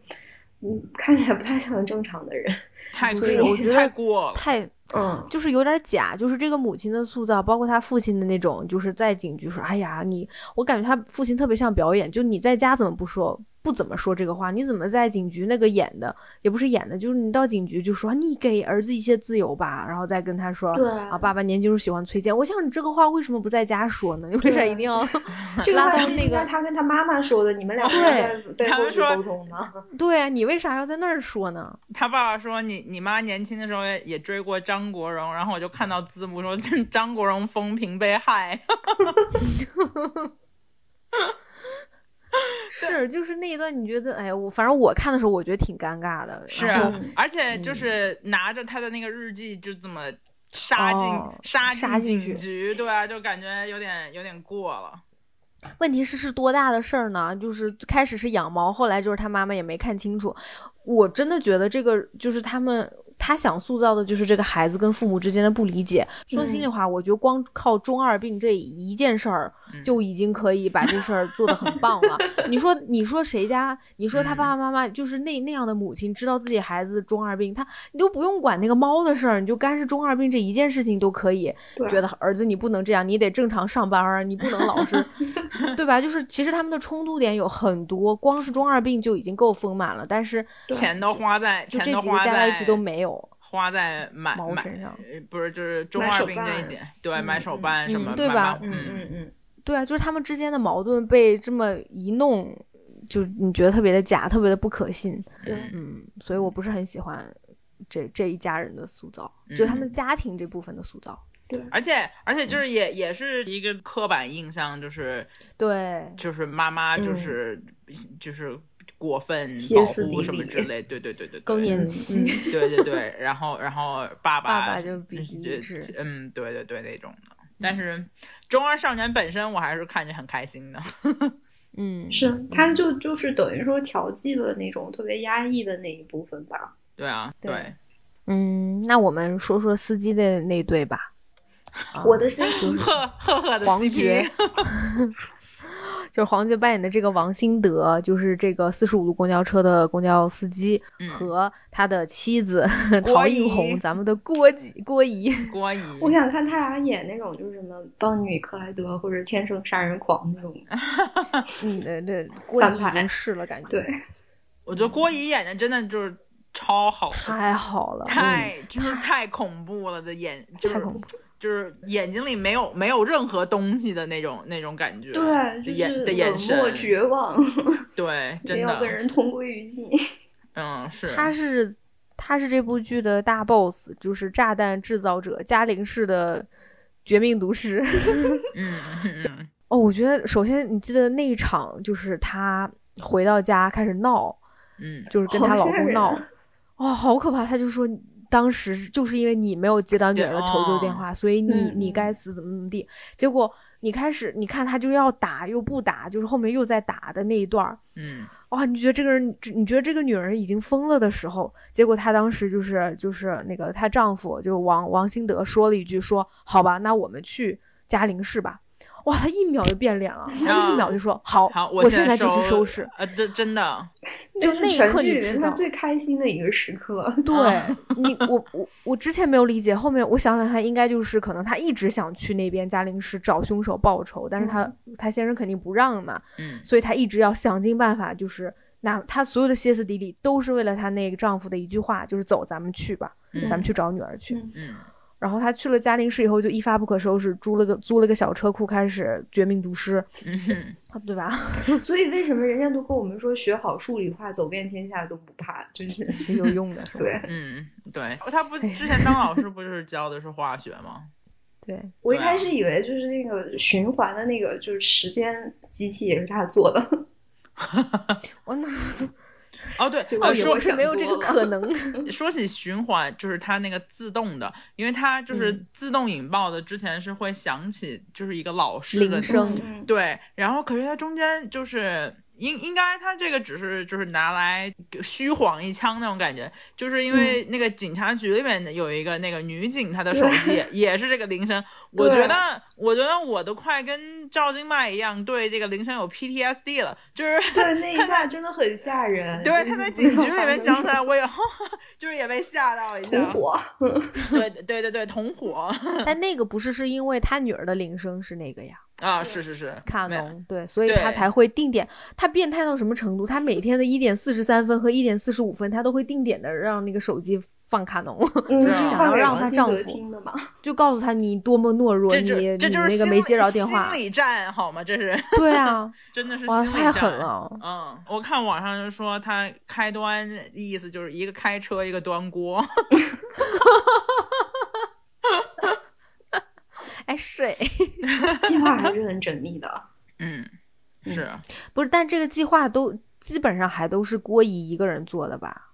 S3: 嗯，看起来不太像正常的 人，
S1: 太
S3: 所以
S1: 过
S3: 我
S4: 觉得
S1: 太过了。
S4: 太
S3: 嗯，
S4: 就是有点假，就是这个母亲的塑造，包括他父亲的那种，就是在警局说：“哎呀，你，我感觉他父亲特别像表演，就你在家怎么不说，不怎么说这个话，你怎么在警局那个演的，也不是演的，就是你到警局就说你给儿子一些自由吧，然后再跟他说
S3: 对
S4: 啊，爸爸年轻时候喜欢崔健，我想你这个话为什么不在家说呢？你为啥一定要
S3: 这个
S4: 拉
S3: 话
S4: 到
S3: 是
S4: 那
S3: 应该
S4: 个？哦
S3: 她跟她妈妈说的，你们俩
S4: 对
S3: 在背
S1: 他
S3: 后
S1: 们
S3: 去
S1: 说
S3: 沟通呢，
S4: 对啊，你为啥要在那儿说呢？
S1: 他爸爸说你你妈年轻的时候也也追过张国荣，然后我就看到字幕说 这张国荣风评被害。
S4: 是，就是那一段，你觉得，哎呀，我反正我看的时候，我觉得挺尴尬的。
S1: 是
S4: 然后嗯
S1: 啊，
S3: 嗯
S1: 而且就是拿着他的那个日记就这么杀进、
S4: 哦
S1: 杀
S4: 杀进
S1: 警局，对啊，就感觉有点有点过了。
S4: 问题是是多大的事儿呢？就是开始是养猫，后来就是他妈妈也没看清楚。我真的觉得这个就是他们他想塑造的，就是这个孩子跟父母之间的不理解。说心里话，我觉得光靠中二病这一件事儿
S1: 嗯
S4: 就已经可以把这事儿做得很棒了。你说，你说谁家？你说他
S1: 嗯
S4: 爸爸妈妈就是那那样的母亲，知道自己孩子中二病，他你都不用管那个猫的事儿，你就干是中二病这一件事情都可以。
S3: 对，
S4: 觉得儿子你不能这样，你得正常上班儿，你不能老 是，对吧？就是其实他们的冲突点有很多，光是中二病就已经够丰满了，但是
S3: 对
S1: 钱都花在
S4: 就
S1: 钱
S4: 这
S1: 都
S4: 几个
S1: 花
S4: 加在
S1: 在
S4: 一起都没有
S1: 花在买
S4: 毛
S1: 买
S4: 身上。
S1: 呃不是就是中
S3: 买
S1: 二
S3: 手
S1: 病这一
S3: 办
S1: 点，对，
S3: 嗯
S1: 买手办什
S4: 嗯
S1: 么，
S4: 对
S1: 买
S4: 吧
S1: 买
S3: 嗯
S1: 嗯
S3: 嗯嗯，
S4: 对啊，就是他们之间的矛盾被这么一弄，就你觉得特别的假，特别的不可信。
S3: 对
S1: 嗯
S4: 嗯，所以我不是很喜欢这这一家人的塑造，就是他们家庭这部分的塑造。
S1: 而且而且就是也、也是一个刻板印象，就是
S4: 对，
S1: 就是妈妈就
S3: 嗯
S1: 是、就是过分
S3: 歇
S1: 保
S3: 斯底
S1: 护什么
S3: 里
S1: 之类，对对对对，
S4: 更
S1: 对
S4: 年
S3: 嗯
S4: 期，
S1: 对对对，然后然后爸
S4: 爸
S1: 爸
S4: 爸就比嗯
S1: 是
S4: 例
S1: 觉
S4: 制
S1: 嗯，对对对那种的。但是《中二少年》本身我还是看着很开心的，
S4: 嗯，
S3: 是，她就就是等于说调剂了那种特别压抑的那一部分吧，
S1: 对啊，
S4: 对嗯，那我们说说司机的那对吧。啊
S3: 我的 C
S4: 就是
S1: 赫赫赫的
S4: 黄
S1: CP，
S4: 觉，就是黄觉扮演的这个王兴德，就是这个四十五路公交车的公交司机
S1: 嗯
S4: 和他的妻子
S1: 郭
S4: 陶映
S1: 姨
S4: 红，咱们的郭姐郭姨。
S1: 郭姨，
S3: 我想看他俩演那种就是什么《邦女与克莱德》或者《天生杀人狂》那种。
S4: 嗯，对对，郭姨
S3: 翻
S4: 已
S3: 牌
S4: 经是了，感觉
S3: 对，
S1: 我觉得郭姨演的真的就是超好的，
S4: 太好了，
S1: 太就是太恐怖了的眼，就
S4: 嗯、
S1: 是
S4: 太恐怖了。
S1: 就是眼睛里没有没有任何东西的那种那种感觉，
S3: 对，
S1: 的
S3: 就
S1: 眼
S3: 是
S1: 的
S3: 冷
S1: 眼
S3: 漠、
S1: 神，
S3: 绝望，
S1: 对，
S3: 没
S1: 真
S3: 有跟
S1: 的，
S3: 人同归于尽。
S1: 嗯，是，
S4: 他是他是这部剧的大 boss，就是炸弹制造者嘉陵市的绝命毒师。
S1: 嗯嗯嗯，
S4: 哦，我觉得首先你记得那一场，就是他回到家开始闹，
S1: 嗯，
S4: 就是跟她
S3: 好
S4: 老
S3: 吓
S4: 公
S3: 人
S4: 闹
S3: 啊，
S4: 哦，好可怕！她就说当时就是因为你没有接到女儿的求救电话，所以你
S3: 嗯
S4: 你该死怎么怎么地。结果你开始你看他就要打又不打，就是后面又在打的那一段儿，
S1: 嗯，
S4: 哇、你觉得这个人，你觉得这个女人已经疯了的时候，结果她当时就是就是那个她丈夫就是王王兴德说了一句说好吧，那我们去嘉陵市吧。哇，她一秒就变脸了，她一秒就说好，
S1: 啊好，
S4: 我
S1: 现
S4: 在就
S1: 收
S4: 去收拾。。
S1: 呃，真真的，
S4: 就
S3: 那是
S4: 那一
S3: 全
S4: 刻
S3: 剧
S4: 你
S3: 里面
S4: 知
S3: 他
S4: 道
S3: 最开心的一个时刻。
S4: 对你，我我我之前没有理解，后面我想想看，应该就是可能她一直想去那边嘉陵市找凶手报仇，但是她她先生肯定不让嘛，
S1: 嗯
S4: 所以她一直要想尽办法，就是那她所有的歇斯底里都是为了她那个丈夫的一句话，就是走，咱们去吧，
S1: 嗯
S4: 咱们去找女儿去。
S3: 嗯
S1: 嗯
S4: 然后她去了嘉陵市以后，就一发不可收拾，租了个租了个小车库，开始绝命毒师，
S1: 嗯哼，
S4: 啊对吧？
S3: 所以为什么人家都跟我们说学好数理化，走遍天下都不怕， 就是
S4: 是有用 的，是吧
S3: 对。
S1: 嗯，对，他
S4: 哎
S1: 不之前当老师不就是教的是化学吗？
S4: 对，
S3: 我一
S1: 对
S3: 开
S1: 啊
S3: 始以为就是那个循环的那个就是时间机器也是他做的，
S4: 我 那
S1: 哦，对
S3: 这，个
S1: 呃
S3: 我
S1: 说
S4: 我是没有这个可能，
S1: 说起循环，就是它那个自动的，因为它就是
S4: 嗯
S1: 自动引爆的，之前是会响起，就是一个老式的
S4: 铃声，
S3: 嗯
S1: 对，然后可是它中间就是应应该它这个只是就是拿来虚晃一枪那种感觉，就是因
S4: 嗯
S1: 为那个警察局里面有一个那个女警，她的手机也也是这个铃 声，我觉
S3: 对
S1: 得我觉得我都快跟赵今麦一样对这个铃声有 PTSD 了，就是。
S4: 嗯
S3: 对，那一下真的很吓人。
S1: 对，
S3: 就
S1: 他
S3: 是
S1: 在
S3: 不
S1: 警
S3: 知
S1: 局
S3: 道
S1: 里
S3: 发
S1: 面
S3: 生
S1: 想
S3: 什
S1: 起
S3: 么
S1: 来，我也 就是也被吓到一下。
S3: 同伙，
S1: 对对对对，同伙
S4: 但那个不是是因为她女儿的铃声是那个呀，
S1: 啊，是是
S3: 是
S1: 是，
S4: 卡
S1: 没有
S4: 农对，所以
S1: 对
S4: 她才会定点。她变态到什么程度？她每天的一点四十三分和一点四十五分，她都会定点的让那个手机放卡农，
S3: 嗯，
S1: 就是是想
S3: 放
S4: 要
S3: 给
S4: 让
S3: 王
S4: 他
S3: 心
S4: 丈
S3: 德
S4: 夫
S3: 听的嘛。
S4: 就告诉她你多么懦弱，
S1: 这
S4: 你
S1: 就这
S4: 你
S1: 就是
S4: 那个
S1: 心
S4: 没
S1: 理
S4: 接着电话
S1: 心。理战好吗？这是
S4: 对啊，
S1: 真 的是
S4: 哇，
S1: 心理
S4: 太
S1: 战
S4: 狠。了。
S1: 嗯，我看网上就说他开端意思就是一个开车，一个端锅。
S4: 哎，是哎，
S3: 计划还是很缜密 的。
S1: 嗯， 是
S4: 不是，但这个计划都基本上还都是郭姨一个人做的吧？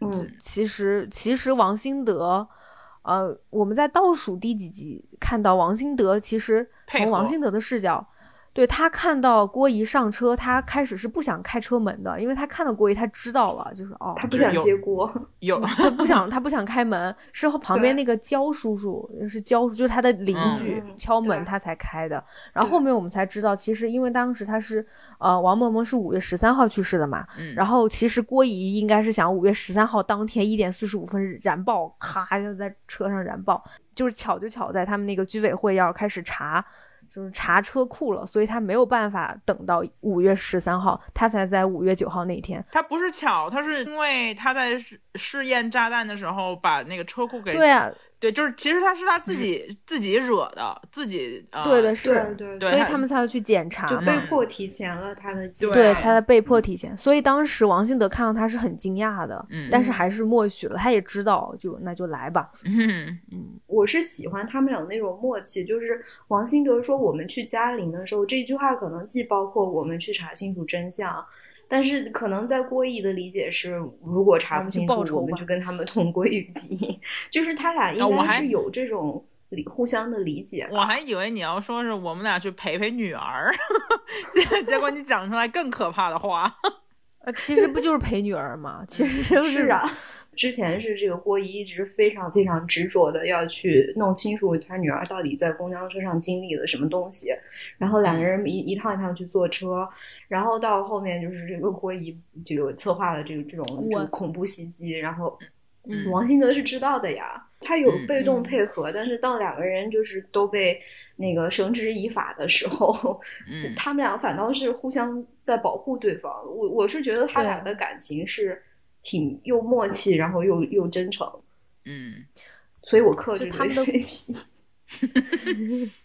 S3: 嗯，
S4: 其实其实王兴德，呃，我们在倒数第几集看到王兴德，其实
S1: 配合
S4: 从王兴德的视角，对他看到郭姨上车，他开始是不想开车门的，因为他看到郭姨，他知道了，就是哦，
S3: 他不
S1: 就
S3: 想
S1: 有
S3: 接锅。
S1: 有
S4: 他不想他不想开门，是后旁边那
S3: 对
S4: 个焦叔叔是焦叔，就是他的邻居、
S3: 嗯
S4: 敲门
S3: 对
S4: 他才开的。然后后面我们才知道，其实因为当时他是呃王萌萌是五月十三号去世的嘛，
S1: 嗯
S4: 然后其实郭姨应该是想五月十三号当天一点四十五分燃爆，咔就在车上燃爆，就是巧就巧在他们那个居委会要开始查。就是查车库了，所以他没有办法等到五月十三号，他才在五月九号那天
S1: 他不是巧，他是因为他在试试验炸弹的时候把那个车库给
S4: 对啊，嗯
S1: 对就是其实他是他自己自己惹的，自己呃
S4: 对 的是，
S3: 啊对
S1: 对
S4: 所以
S1: 他
S4: 他们才会去检查
S3: 就
S4: 嘛。
S3: 被迫提前了他的计划。
S1: 对
S4: 对，才才被迫提前。所以当时王兴德看到他是很惊讶的，
S1: 嗯
S4: 但是还是默许了，他也知道，就那就来吧。
S1: 嗯
S3: 我是喜欢他们俩那种默契，就是王心德说我们去嘉陵的时候，这句话可能既包括我们去查清楚真相，但是可能在郭毅的理解是，如果查不清楚，
S4: 我们去报仇吧
S3: 我们就跟他们同归于尽。 就是他俩应
S1: 啊我
S3: 该
S1: 还
S3: 是有这种理互相的理解吧。
S1: 我还以为你要说是我们俩去陪陪女儿， 结结果你讲出来更可怕的话。
S4: 呃，其实不就是陪女儿嘛？其实嗯就是
S3: 啊，之前是这个郭姨一直非常非常执着的要去弄清楚她女儿到底在公交车上经历了什么东西，然后两个人一一趟一趟去坐车，然后到后面就是这个郭姨这个策划了这个这种这
S4: 我
S3: 种恐怖袭击，然后
S1: 嗯
S3: 王心德是知道的呀，他有
S1: 嗯
S3: 被动
S4: 嗯
S3: 配合，但是当两个人就是都被那个绳之以法的时候，
S1: 嗯
S3: 他们俩反倒是互相在保护对方。我我是觉得他俩
S4: 对
S3: 的感情是挺又默契，然后又又真诚，
S1: 嗯，
S3: 所以我克制
S4: 就
S3: 这
S4: 他
S3: 个
S4: 们都
S3: CP。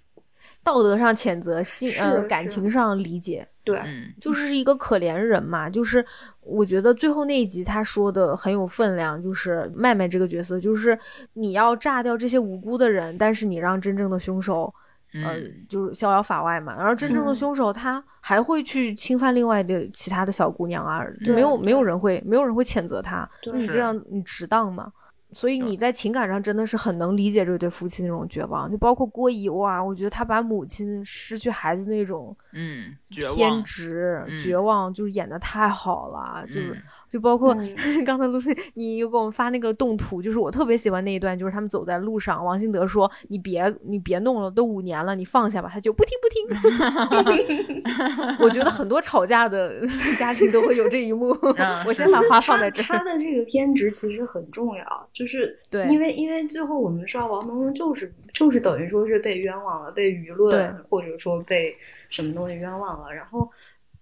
S4: 道德上谴责，心呃
S3: 是
S4: 感
S3: 是
S4: 情上理解，
S3: 对，
S1: 嗯
S4: 就是一个可怜人嘛。就是我觉得最后那一集他说的很有分量，就是麦麦这个角色，就是你要炸掉这些无辜的人，但是你让真正的凶手呃
S1: 嗯，
S4: 就是逍遥法外嘛。然后真正的
S3: 嗯
S4: 凶手他还会去侵犯另外的其他的小姑娘啊，
S1: 对
S4: 没有
S3: 对
S4: 没有人会没有人会谴责他，
S3: 对
S4: 你这
S1: 是
S4: 样你值当吗？所以你在情感上真的是很能理解这对夫妻那种绝望，就包括郭姨哇，我觉得她把母亲失去孩子那种
S1: 嗯，绝
S4: 偏
S1: 望，
S4: 执、
S1: 嗯
S4: 绝望，就是演的太好了，就是
S1: 嗯
S4: 就包括、
S3: 嗯
S4: 刚才 Lucy 你又给我们发那个动图，就是我特别喜欢那一段，就是他们走在路上，王兴德说：“你别你别弄了，都五年了，你放下吧。”他就不听不 听。 我觉得很多吵架的 家庭都会有这一幕。
S1: 嗯
S4: 我
S1: 是
S4: 先把话放在
S3: 就
S4: 这
S3: 是
S4: 儿
S3: 他。他的这个偏执其实很重要，就是
S4: 对
S3: 因为因为最后我们知道王萌萌就是就是等于说是被冤枉了，被舆论
S4: 对
S3: 或者说被什么东西冤枉了，然后。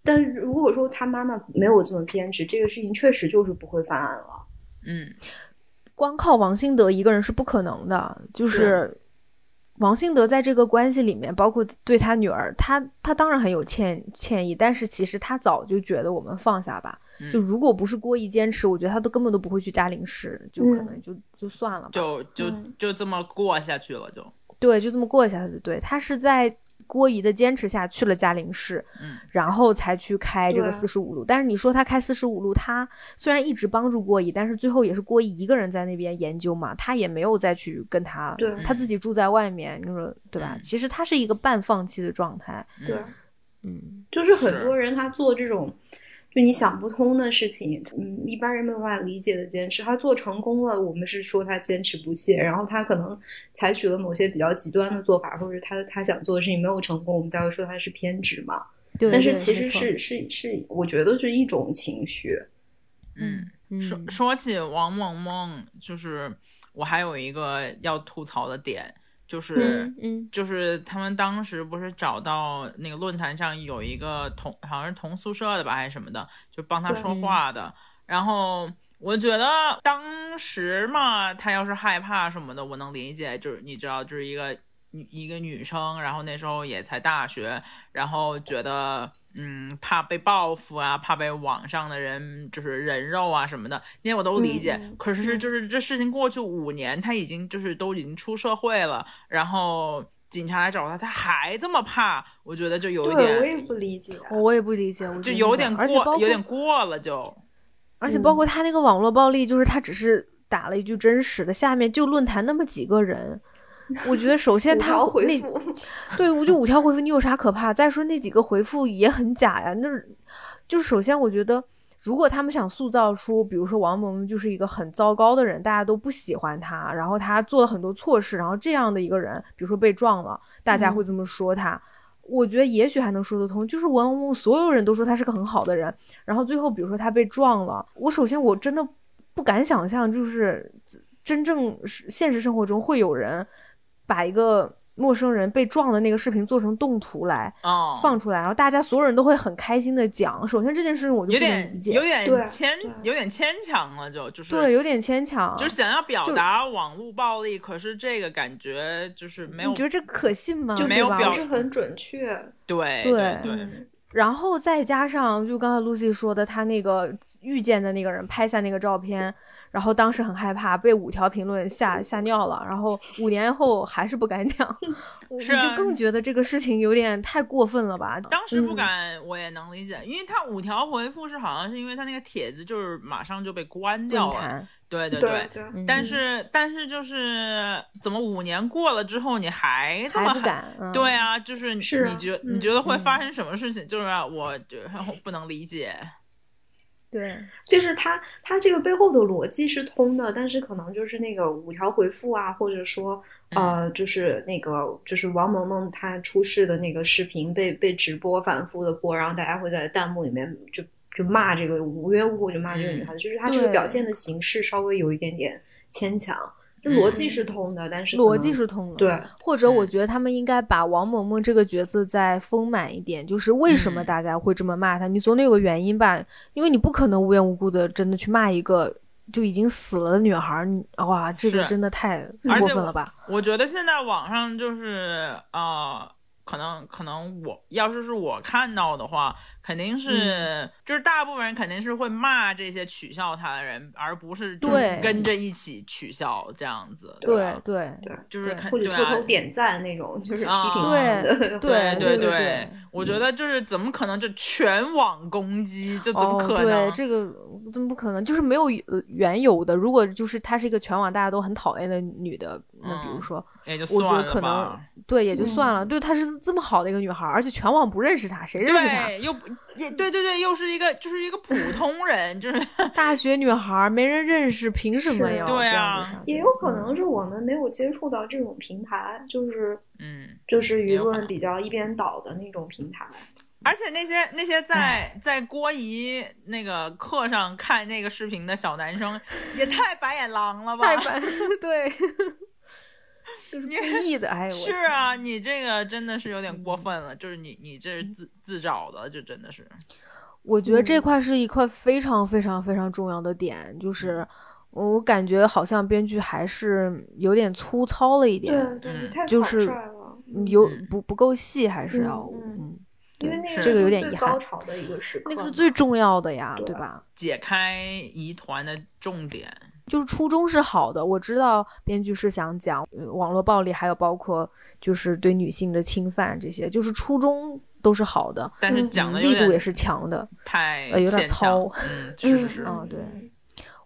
S3: 但是如果说他妈妈没有这么偏执，这个事情确实就是不会犯案了。
S1: 嗯
S4: 光靠王兴德一个人是不可能的，就是王兴德在这个关系里面，包括对他女儿，他他当然很有歉歉意，但是其实他早就觉得我们放下吧，
S1: 嗯
S4: 就如果不是郭姨坚持，我觉得他都根本都不会去加零食，就可
S3: 嗯
S4: 能就、就算了吧，
S1: 就就
S3: 嗯
S1: 就这么过下去了，就
S4: 对，就这么过下去。对他是在郭姨的坚持下去了嘉陵市，
S1: 嗯
S4: 然后才去开这个
S3: 对
S4: 四十五路。但是你说他开四十五路，他虽然一直帮助郭姨，但是最后也是郭姨一个人在那边研究嘛，他也没有再去跟他
S3: 对，
S4: 他自己住在外面，你说对吧？
S1: 嗯
S4: 其实他是一个半放弃的状态。
S3: 对，
S1: 嗯
S4: 嗯，
S3: 就是很
S1: 是
S3: 多人他做这种就你想不通的事情，嗯，一般人没有办法理解的坚持，他做成功了，我们是说他坚持不懈，然后他可能采取了某些比较极端的做法，或者他他想做的事情没有成功，我们才会说他是偏执嘛。
S4: 对。
S3: 但是
S4: 对
S3: 其
S4: 没
S3: 实
S4: 错
S3: 是是是，我觉得是一种情绪，
S1: 嗯。
S4: 嗯
S1: 说说起王萌萌，就是我还有一个要吐槽的点，就是、
S4: 嗯嗯
S1: 就是他们当时不是找到那个论坛上有一个同好像是同宿舍的吧还是什么的，就帮他
S3: 对
S4: 嗯
S1: 说话的。然后我觉得当时嘛，他要是害怕什么的，我能理解，就是你知道，就是一个女一个女生，然后那时候也才大学，然后觉得。嗯，怕被报复啊，怕被网上的人就是人肉啊什么的，那些我都理解。
S4: 嗯
S1: 可是就是这事情过去五年，他已经就是都已经出社会了，然后警察来找他，他还这么怕，我觉得就有一
S3: 对我
S1: 点，
S3: 也不理解。啊
S4: 我也不理解，我
S1: 就
S4: 觉
S1: 有
S4: 得
S1: 点
S4: 而且包
S1: 过，有
S4: 括
S1: 点过了就。
S4: 而且包
S3: 嗯
S4: 括他那个网络暴力，就是他只是打了一句真实的，下面就论坛那么几个人。 我觉得首先
S3: 五
S4: 他
S3: 条回
S4: 那
S3: 复，
S4: 对我就五条回复，你有啥可怕？再说那几个回复也很假呀。那就是首先我觉得，如果他们想塑造出，比如说王萌萌就是一个很糟糕的人，大家都不喜欢他，然后他做了很多错事，然后这样的一个人，比如说被撞了，大家会这么说他。我觉得也许还能说得通，就是王萌萌，所有人都说他是个很好的人，然后最后比如说他被撞了，我首先我真的不敢想象，就是真正是现实生活中会有人把一个陌生人被撞的那个视频做成动图来
S1: 哦，
S4: 放出来，然后大家所有人都会很开心的讲。首先这件事情我就
S1: 有
S4: 不能理
S1: 点
S4: 解，
S1: 有点
S3: 对
S1: 牵
S3: 对
S1: 有点牵强了就，就是
S4: 对，有点牵强，
S1: 就是想要表
S4: 就
S1: 达网络暴力，可是这个感觉就是没有
S4: 你觉得这可信吗？
S1: 就
S4: 对
S1: 没有
S4: 吧
S1: 表
S3: 不是很准确。
S1: 对
S4: 对
S1: 对对
S3: 嗯
S4: 然后再加上就刚才 Lucy 说的，他那个遇见的那个人拍下那个照片，然后当时很害怕，被五条评论吓吓尿了，然后五年后还是不敢讲， 我
S1: 是啊
S4: 我就更觉得这个事情有点太过分了吧？
S1: 当时不
S3: 嗯
S1: 敢，我也能理解，因为他五条回复是好像是因为他那个帖子就是马上就被关掉
S4: 论
S1: 了，
S4: 坛，
S1: 对对
S3: 对对，
S1: 但
S4: 嗯
S1: 是但是就是怎么五年过了之后你还这么
S4: 还不敢，嗯、
S1: 对啊，就是你
S3: 是啊
S1: 你觉你
S3: 嗯
S1: 觉得会发
S4: 嗯
S1: 生什么事情？就是啊我就我不能理解，
S4: 对，
S3: 就是他他这个背后的逻辑是通的，但是可能就是那个五条回复啊，或者说呃，
S4: 嗯
S3: 就是那个就是王萌萌她出事的那个视频被被直播反复的播，然后大家会在弹幕里面就就骂这个无缘无故就骂这个女孩子，就是她这个
S4: 嗯对
S3: 表现的形式稍微有一点点牵强，就
S1: 嗯
S3: 逻辑是通的，但是可
S4: 逻
S3: 能
S4: 辑是通的。
S3: 对，
S4: 或者我
S1: 嗯
S4: 觉得他们应该把王萌萌这个角色再丰满一点，就是为什么
S1: 嗯
S4: 大家会这么骂她，你总得有个原因吧？因为你不可能无缘无故的真的去骂一个就已经死了的女孩儿，你哇，这个
S1: 是
S4: 真的太
S1: 而
S4: 过
S1: 且
S4: 分
S1: 我
S4: 了吧？
S1: 我觉得现在网上就是啊、呃可能可能我要是是我看到的话，肯定是、
S4: 嗯
S1: 就是大部分人肯定是会骂这些取笑他的人，而不是就是
S4: 对
S1: 跟着一起取笑这样子。
S4: 对
S1: 吧
S4: 对
S3: 对，
S1: 就是
S4: 对
S1: 肯
S3: 或者
S1: 对
S3: 偷
S1: 啊
S3: 偷点赞那种，就是批评
S1: 啊
S3: 他的。
S4: 对
S1: 对
S4: 对嗯
S1: 对，我觉得就是怎么可能就全网攻击，就怎么
S4: 哦，
S1: 可能？
S4: 对，这个怎么可能？就是没有呃缘由的。如果就是她是一个全网大家都很讨厌的女的，那比如
S1: 嗯
S4: 说，
S1: 也就
S4: 我觉
S1: 算
S4: 得
S1: 了
S4: 可能
S1: 吧。
S4: 对也就算了。对，她是这么好的一个女孩儿，而且全网不认识她，谁认识她？
S1: 对，又不也对对对，又是一个就是一个普通人，就是
S4: 大学女孩儿没人认识，凭什么
S3: 是
S4: 要
S1: 对
S4: 这样
S1: 啊
S4: 子啥 的嗯
S3: 也有 可能是我们没有接触到这种平台，就是
S1: 嗯，
S3: 就是
S1: 也
S3: 舆
S1: 有可
S3: 论
S1: 能
S3: 比较一边倒的那种平台。
S1: 而且那些那些在在郭姨那个课上看那个视频的小男生，也太白眼狼了吧？
S4: 太烦， 对，就 是
S1: 你
S4: 故意的。哎呦，我
S1: 是
S4: 天嗯
S1: 啊，你这个真的是有点过分了，就是你你这是自自找的，就真的是，
S4: 我觉得这
S3: 嗯
S4: 块是一块非常非常非常重要的点，就是我感觉好像编剧还是有点粗糙了一点，
S1: 嗯
S3: 太
S4: 就
S3: 草
S4: 是
S3: 率了。嗯
S4: 有
S1: 嗯
S4: 不不够细，还是
S3: 嗯
S4: 要
S3: 嗯
S4: 嗯，
S3: 因为
S4: 对
S3: 那
S1: 是
S3: 个
S4: 这个
S3: 是
S4: 有点
S3: 最
S4: 遗
S3: 高
S4: 憾，
S3: 潮的一个时刻
S4: 那
S3: 嘛，
S4: 个是最重要的呀，
S3: 对
S4: 对吧？
S1: 解开疑团的重点。
S4: 就是初衷是好的，我知道编剧是想讲、呃网络暴力，还有包括就是对女性的侵犯这些，就是初衷都是好的，
S1: 但是
S3: 嗯
S1: 讲的有
S4: 力度也
S1: 点
S4: 是强的。
S1: 太
S4: 呃有点
S1: 牵强
S4: 糙
S1: 嗯，是是是，
S4: 嗯对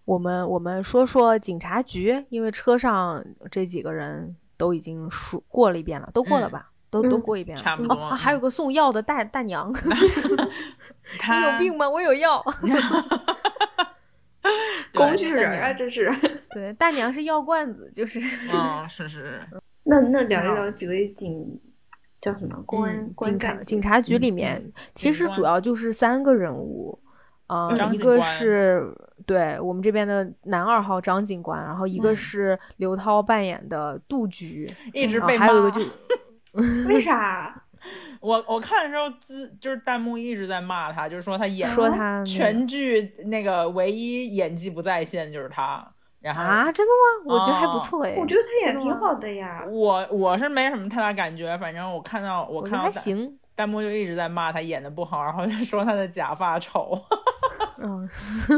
S4: 我们我们说说警察局，因为车上这几个人都已经数过了一遍了，都过了
S1: 嗯
S4: 吧？都都
S3: 嗯
S4: 过一遍了。
S1: 差不
S4: 哦
S1: 多
S4: 啊还有个送药的大 大娘，你
S1: 他
S4: 有病吗？我有药。
S1: 对
S3: 工具人啊，
S4: 对
S3: 这是。
S4: 对，大娘是药罐子，就是
S1: 嗯，是是，
S3: 那那聊一聊几位警叫什么公安
S4: 嗯
S3: 公
S4: 警察
S3: 干
S4: 警察局里面，其
S1: 嗯警
S4: 实主
S1: 官
S4: 要就是三个人物，啊、
S3: 嗯张
S4: 一
S1: 警
S4: 个
S1: 官
S4: 是对我们这边的男二号张警官，然后一个
S1: 嗯
S4: 是刘涛扮演的杜局，
S1: 一直
S4: 然
S1: 被
S4: 嗯啊后还有一
S1: 骂
S4: 个就
S3: 为啥？
S1: 我我看的时候，自就是弹幕一直在骂他，就是说他演
S4: 说他那个
S1: 全剧那个唯一演技不在线就是他。然后
S4: 啊，真的吗？我觉得还不
S1: 哦
S4: 错哎，
S3: 我觉得他也
S4: 真的
S3: 挺
S4: 吗
S3: 好的呀。
S1: 我我是没什么太大感觉，反正我看到我
S4: 我
S1: 看
S4: 觉得
S1: 到
S4: 还
S1: 弹
S4: 行，
S1: 弹幕就一直在骂他演的不好，然后就说他的假发丑，
S4: 嗯，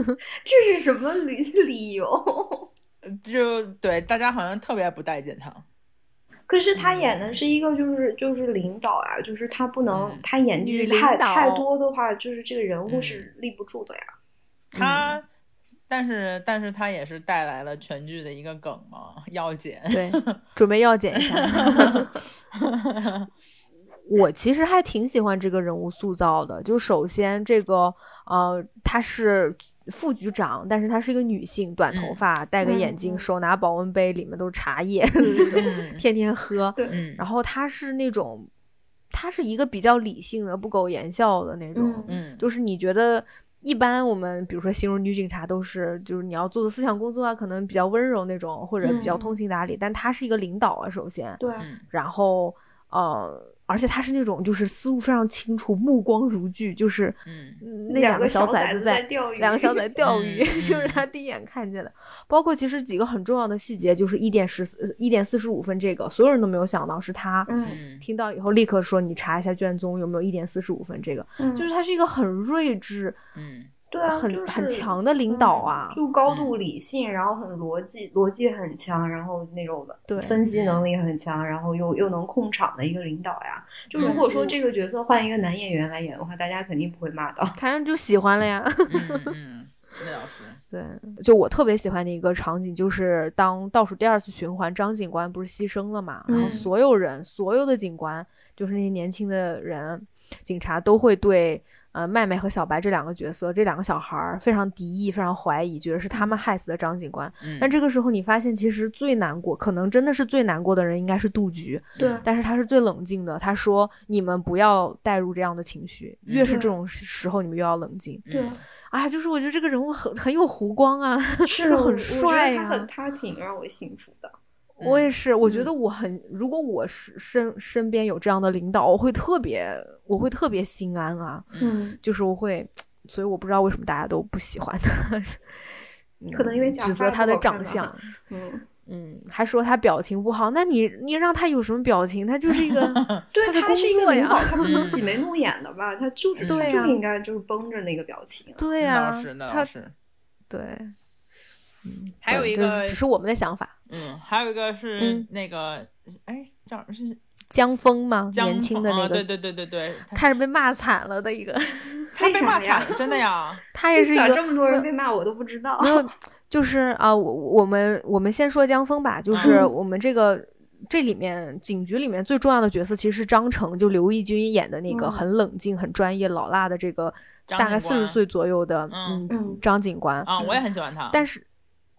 S3: 这是什么理理由？
S1: 就对大家好像特别不待见他。
S3: 可是
S4: 嗯
S3: 他演的是一个，就是就是领导啊，就是他不能，
S1: 嗯
S3: 他演技
S4: 女领
S3: 太
S4: 导嗯
S3: 太多的话，就是这个人物是立不住的呀。
S1: 他，但是但是他也是带来了全剧的一个梗嘛，要姐。
S4: 对，准备药检一下。我其实还挺喜欢这个人物塑造的，就首先这个呃，她是副局长，但是她是一个女性，短头
S1: 嗯
S4: 发，戴个眼
S3: 嗯
S4: 镜，
S3: 嗯
S4: 手拿保温杯，里面都是茶叶这种，
S1: 嗯
S4: 天天喝。
S1: 嗯
S4: 然后她是那种，她是一个比较理性的，不苟言笑的那种，
S3: 嗯
S1: 嗯，
S4: 就是你觉得一般我们比如说形容女警察都是就是你要做的思想工作啊，可能比较温柔那种，或者比较
S3: 嗯
S4: 通情达理，但她是一个领导啊，首先，
S3: 对，
S1: 嗯
S4: 然后呃，而且她是那种就是思路非常清楚，目光如炬，就是
S1: 嗯
S4: 嗯那
S3: 两
S4: 两
S3: 个
S4: 小崽
S3: 崽
S4: 子
S3: 在
S4: 在。
S3: 钓鱼，
S4: 两个小崽钓 鱼，
S1: 嗯
S4: 就是
S1: 嗯
S4: 她第一眼看见的。包括其实几个很重要的细节，就是一点十一点四十五分这个，所有人都没有想到是她。
S3: 嗯，
S1: 嗯
S4: 听到以后立刻说：“你查一下卷宗有没有一点四十五分这个。”
S3: 嗯，
S4: 就是他是一个很睿智、
S1: 嗯
S3: 对啊，
S4: 很、
S3: 就是
S4: 很强的领导啊
S3: 嗯。就高度理性，然后很逻辑，逻辑很强，然后那种
S4: 对
S3: 分析能力很强，然后又又能控场的一个领导呀。就如
S1: 嗯
S3: 果说这个角色换一个男演员来演的话，大家肯定不会骂到。
S4: 看上就喜欢了呀，
S1: 嗯嗯，那倒是。
S4: 对，就我特别喜欢的一个场景，就是当倒数第二次循环，张警官不是牺牲了嘛，然后
S3: 嗯
S4: 所有人，所有的警官，就是那些年轻的人，警察都会对呃麦麦和小白这两个角色，这两个小孩儿非常敌意，非常怀疑，觉得是他
S3: 嗯
S4: 们害死的张警官。
S1: 嗯，
S4: 但这个时候，你发现其实最难过，可能真的是最难过的人应该是杜局，但是他是最冷静的。他说：“你们不要带入这样的情绪，
S1: 嗯
S4: 越是
S3: 对
S4: 这种时时候，你们越要冷静。
S1: 嗯
S4: 啊，就是我觉得这个人物很很有弧光啊，
S3: 是
S4: 就
S3: 我
S4: 很
S3: 我觉得
S4: 帅啊
S3: 他
S4: 呀
S3: 很他挺让我幸福的。
S4: 我也是，我觉
S3: 嗯
S4: 得我很，如果我是身身边有这样的领导，我会特别，我会特别心安啊，
S3: 嗯，
S4: 就是我会，所以我不知道为什么大家都不喜欢他，嗯
S3: 可能因为假
S4: 指
S3: 发不
S4: 责他的
S3: 好看
S4: 长
S3: 吧
S4: 相，
S3: 嗯，
S4: 嗯，还说他表情不好，那你你让他有什么表情？他就是一个
S3: 对
S4: 的
S3: 他是一个
S4: 工作
S3: 领
S4: 呀
S3: 导，他不能挤眉弄眼的吧？他就是他
S4: 对
S3: 就
S4: 啊
S3: 应该就是绷着那个表情。
S4: 对
S1: 那
S4: 呀、
S1: 倒是，那倒
S4: 他
S1: 是。
S4: 对，嗯，
S1: 还有
S4: 对
S1: 一
S4: 这
S1: 个
S4: 只是我们的想法，
S1: 嗯，还有一个是
S4: 嗯
S1: 那个，哎、叫是
S4: 江峰嘛，
S1: 江
S4: 年轻的
S1: 鹏
S4: 那
S1: 啊
S4: 个
S1: 对，对对对对，他
S4: 看着被骂惨了 的一个，
S1: 他
S3: 为
S1: 被
S3: 啥
S1: 骂
S3: 呀
S1: 惨了，真的 呀。
S4: 他也是一
S3: 咋
S4: 个
S3: 这么多人被骂，我都不知道
S4: 没。有，就是啊，我我们我们先说江峰吧，就是
S3: 嗯
S4: 我们这个。这里面警局里面最重要的角色其实是张成，就刘奕君演的那个
S3: 嗯
S4: 很冷静、很专业、老辣的这个
S1: 张
S4: 大概
S1: 警
S4: 四
S1: 官
S4: 十岁左右的
S1: 嗯
S3: 嗯
S4: 张警官
S1: 啊、我也很喜欢他。
S4: 但是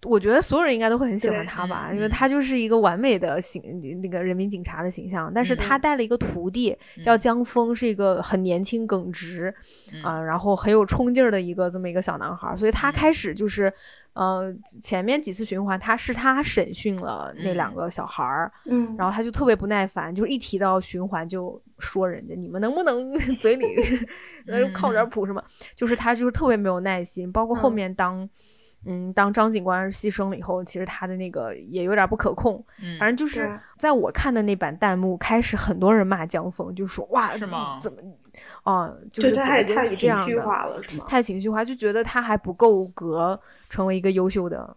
S4: 我觉得所有人应该都会很喜欢
S3: 对
S4: 他吧，
S1: 嗯
S4: 因为
S1: 嗯
S4: 他就是一个完美的形那个人民警察的形象。但
S1: 嗯
S4: 是他带了一个徒弟、叫
S1: 嗯
S4: 江峰，是一个很年轻耿直
S1: 嗯
S4: 啊、然后很有冲劲儿的一个这么一个小男孩儿，所以他
S1: 嗯
S4: 开始就是。呃，前面几次循环，他是他审讯了那两
S1: 嗯
S4: 个小孩儿，
S3: 嗯，
S4: 然后他就特别不耐烦，就是一提到循环就说人家你们能不能 嘴里呃靠
S1: 嗯
S4: 点谱什么，就是他就是特别没有耐心，包括后
S3: 嗯
S4: 面当嗯当张警官牺牲了以后，其实他的那个也有点不可控，
S1: 嗯，
S4: 反正就是
S3: 对
S4: 在我看的那版弹幕开始很多人骂江峰，就说哇
S1: 是吗
S4: 怎么啊就是
S3: 对，
S4: 怎
S3: 他
S4: 么
S3: 也
S4: 就
S3: 太
S4: 是这
S3: 情
S4: 样
S3: 绪
S4: 的，
S3: 化了，是 吗？
S4: 太情绪化，就觉得他还不够格成为一个优秀的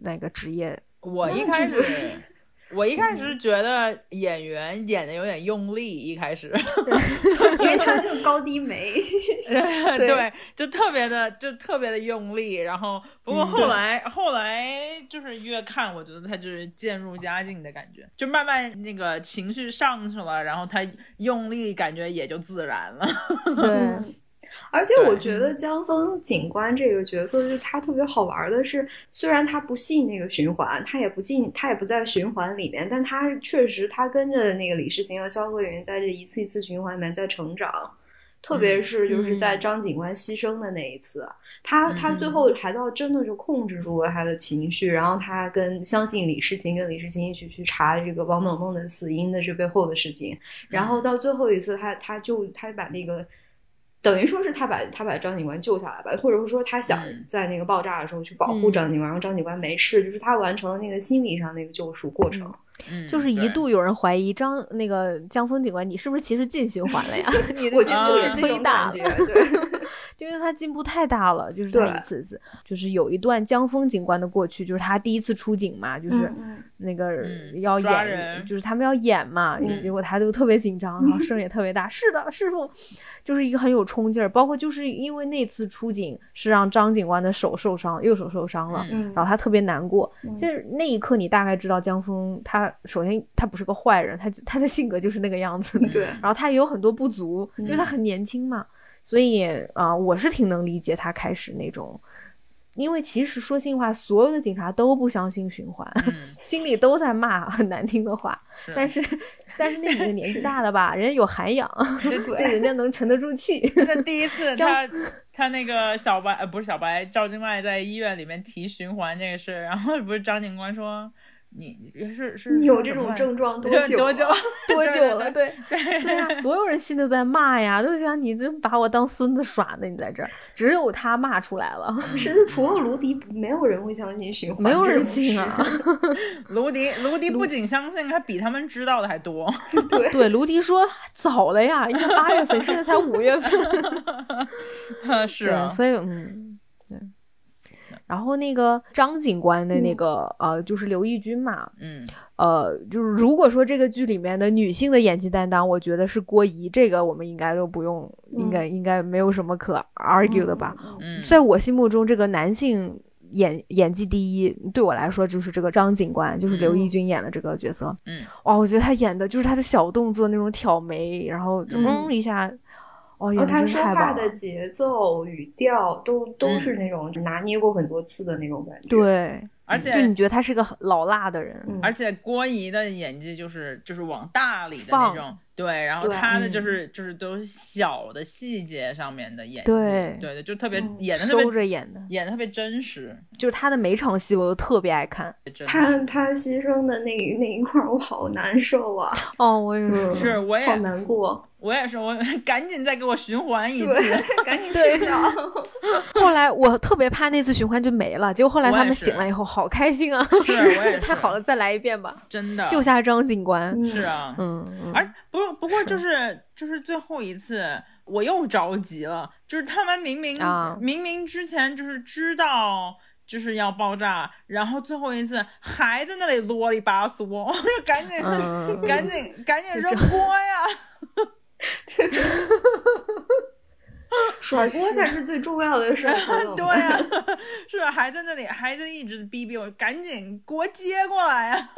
S4: 那个职业
S1: 我一
S3: 那
S1: 开
S3: 就不
S1: 始， 我一开始觉得演员演的有点用力，一开始，
S3: 因为他这个高低眉，
S4: 对
S1: 对，就特别的，就特别的用力。然后，不过
S4: 嗯
S1: 后来，后来就是越看，我觉得他就是渐入佳境的感觉，就慢慢那个情绪上去了，然后他用力，感觉也就自然了。
S4: 对。
S3: 嗯，而且我
S1: 对嗯
S3: 觉得江峰警官这个角色，就是他特别好玩的是，虽然他不信那个循环，他也不进，他也不在循环里面，但他确实他跟着那个李世行和肖慧云在这一次一次循环里面在成长。特别是就是在
S4: 嗯
S3: 张警官牺牲的那一次，他他
S1: 嗯
S3: 最后还到真的就控制住了他的情绪，然后他跟相信李世琴跟李世琴一起去查这个王某梦的死因的这背后的事情，然后到最后一次他，他就他把那个，等于说是他把他把张警官救下来吧，或者说他想
S1: 嗯
S3: 在那个爆炸的时候去保护
S4: 嗯
S3: 张警官，让张警官没事，就是他完成了那个心理上那个救赎过程。
S1: 嗯
S4: 就是一
S1: 对
S4: 度有人怀疑张那个江峰警官，你是不是其实进循环了呀？ 你的嗯
S3: 我觉
S4: 进
S3: 得
S1: 啊
S3: 就
S4: 步
S3: 是这
S4: 忒
S3: 种
S4: 大
S3: 感
S4: 了，
S3: 觉，对，
S4: 就因为他进步太大了，就是他
S3: 对
S4: 一次次，就是有一段江峰警官的过去，就是他第一次出警嘛， 就是
S3: 嗯
S4: 那个
S1: 嗯
S4: 要
S1: 抓
S4: 演，
S1: 人
S4: 就是他们要演嘛，
S3: 嗯
S4: 结果他就特别紧张，然后声也特别大，是的，师傅，就是一个很有冲劲儿。包括就是因为那次出警是让张警官的手受伤，右手受伤了，
S1: 嗯
S3: 嗯，
S4: 然后他特别难过，
S3: 嗯
S4: 就是那一刻你大概知道江峰他首先他不是个坏人，他就他的性格就是那个样子
S1: 嗯
S4: 的，
S3: 对
S4: 然后他也有很多不足，因为他
S3: 嗯
S4: 很年轻嘛，所以啊、呃我是挺能理解他开始那种，因为其实说心里话，所有的警察都不相信循环，
S1: 嗯，
S4: 心里都在骂很难听的话，但
S1: 是
S4: 是 但是那几个年纪大了吧，人家有涵养， 对人家能沉得住 气，
S1: 那第一 次他他那个小白呃不是小白赵今麦在医院里面提循环这个事，然后不是张警官说你是是
S3: 你有
S1: 说
S3: 这
S1: 什么
S3: 种
S1: 来
S3: 症状多
S1: 对
S3: 久？
S1: 多久？？
S4: 多
S1: 对
S4: 久
S1: 对
S4: 了？对对啊，所有人心都在骂呀，都想你这把我当孙子耍呢，你在这儿，只有他骂出来 了，
S3: 是除了卢迪，没有人会相信循环，
S4: 没有人信啊。。
S1: 卢 迪，卢迪不仅相信，还比他们知道的还多。
S3: 对，
S4: 对，卢迪说早了呀，应该八 月份，现在才五月份。
S1: 是啊
S4: 对，，所以嗯，对。然后那个张警官的那个、呃，就是刘奕君嘛，
S1: 嗯，
S4: 呃，就是如果说这个剧里面的女性的演技担当，我觉得是郭怡，这个我们应该都不用，应该应该没有什么可 argue 的吧。
S1: 嗯
S4: 在我心目中，这个男性演演技第一，对我来说就是这个张警官，就是刘奕君演的这个角色。
S1: 嗯，
S4: 哇，我觉得他演的就是他的小动作那种挑眉，然后就
S3: 嗯
S4: 嗯一下，哦，
S3: 然
S4: 演
S3: 后
S4: 的
S3: 他
S4: 真是
S3: 说话
S4: 太棒了
S3: 的。节奏、语调都都是那种拿捏过很多次的那种感觉。，
S4: 对，
S1: 而且
S4: 就你觉得他是个老辣的人，
S3: 嗯
S1: 而且郭怡的演技就是就是往大里的那种，对，然后
S3: 对
S1: 她的
S4: 嗯
S1: 就是就是都是小的细节上面的演技，
S4: 对
S1: 对对，就特别
S3: 嗯
S1: 演的特
S4: 收
S1: 别
S4: 着演的，
S1: 演的特别真实，
S4: 就是他的每场戏我都特别爱看。
S1: 真实
S3: 他他牺牲的那那一块儿，我好难受啊，
S4: 哦，我也是，
S3: 嗯
S1: 是我也
S3: 好难过。
S1: 我也是，我 赶紧再给我循环一次。
S3: 对，赶紧
S4: 对
S3: 睡觉。
S4: 后来我特别怕那次循环就没了，结果后来
S1: 我也
S4: 他们
S1: 是
S4: 醒来以后好开心啊，
S1: 是我也是
S4: 太好了，再来一遍吧，
S1: 真的
S4: 救下张警官。
S1: 是啊，
S4: 嗯，嗯
S1: 而不过不过
S4: 是
S1: 就是就是最后一次我又着急了，就是他们明明、
S4: 啊
S1: 明明之前就是知道。就是要爆炸，然后最后一次还在那里啰里吧嗦， 我就赶紧、
S4: 嗯
S1: 赶紧赶紧
S4: 就
S1: 扔
S4: 这
S1: 锅呀！
S3: 甩锅才是最重要的事儿，朋友
S1: 对
S3: 们
S1: 呀、 是吧还在那里还在一直逼逼我，赶紧给我接过来呀、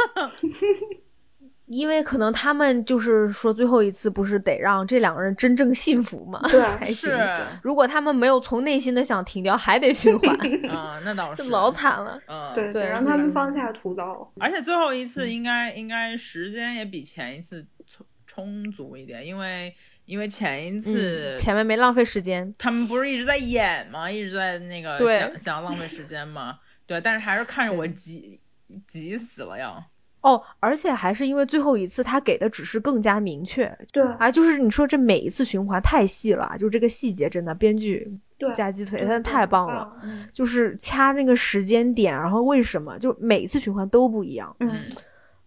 S4: 因为可能他们就是说最后一次不是得让这两个人真正幸福嘛
S3: 对
S4: 才行。
S1: 是，
S4: 如果他们没有从内心的想停掉，还得循环，
S1: 啊，那倒
S4: 这
S1: 是
S4: 老惨了。
S1: 嗯，
S3: 对，
S4: 对
S3: 得让他们放下屠刀。
S1: 而且最后一
S4: 嗯
S1: 次应该、应该时间也比前一次充充足一点，因为因为前一次、
S4: 嗯，前面没浪费时间。
S1: 他们不是一直在演吗？一直在那个
S4: 对
S1: 想想浪费时间吗？对，但是还是看着我
S4: 对
S1: 急急死了要。
S4: 哦，而且还是因为最后一次他给的指示更加明确
S3: 对
S4: 啊，就是你说这每一次循环太细了，啊就这个细节真的编剧
S3: 对，
S4: 夹鸡腿，
S3: 对
S4: 他
S3: 对
S4: 太棒了，
S3: 棒嗯
S4: 就是掐那个时间点，然后为什么就每一次循环都不一样，
S3: 嗯，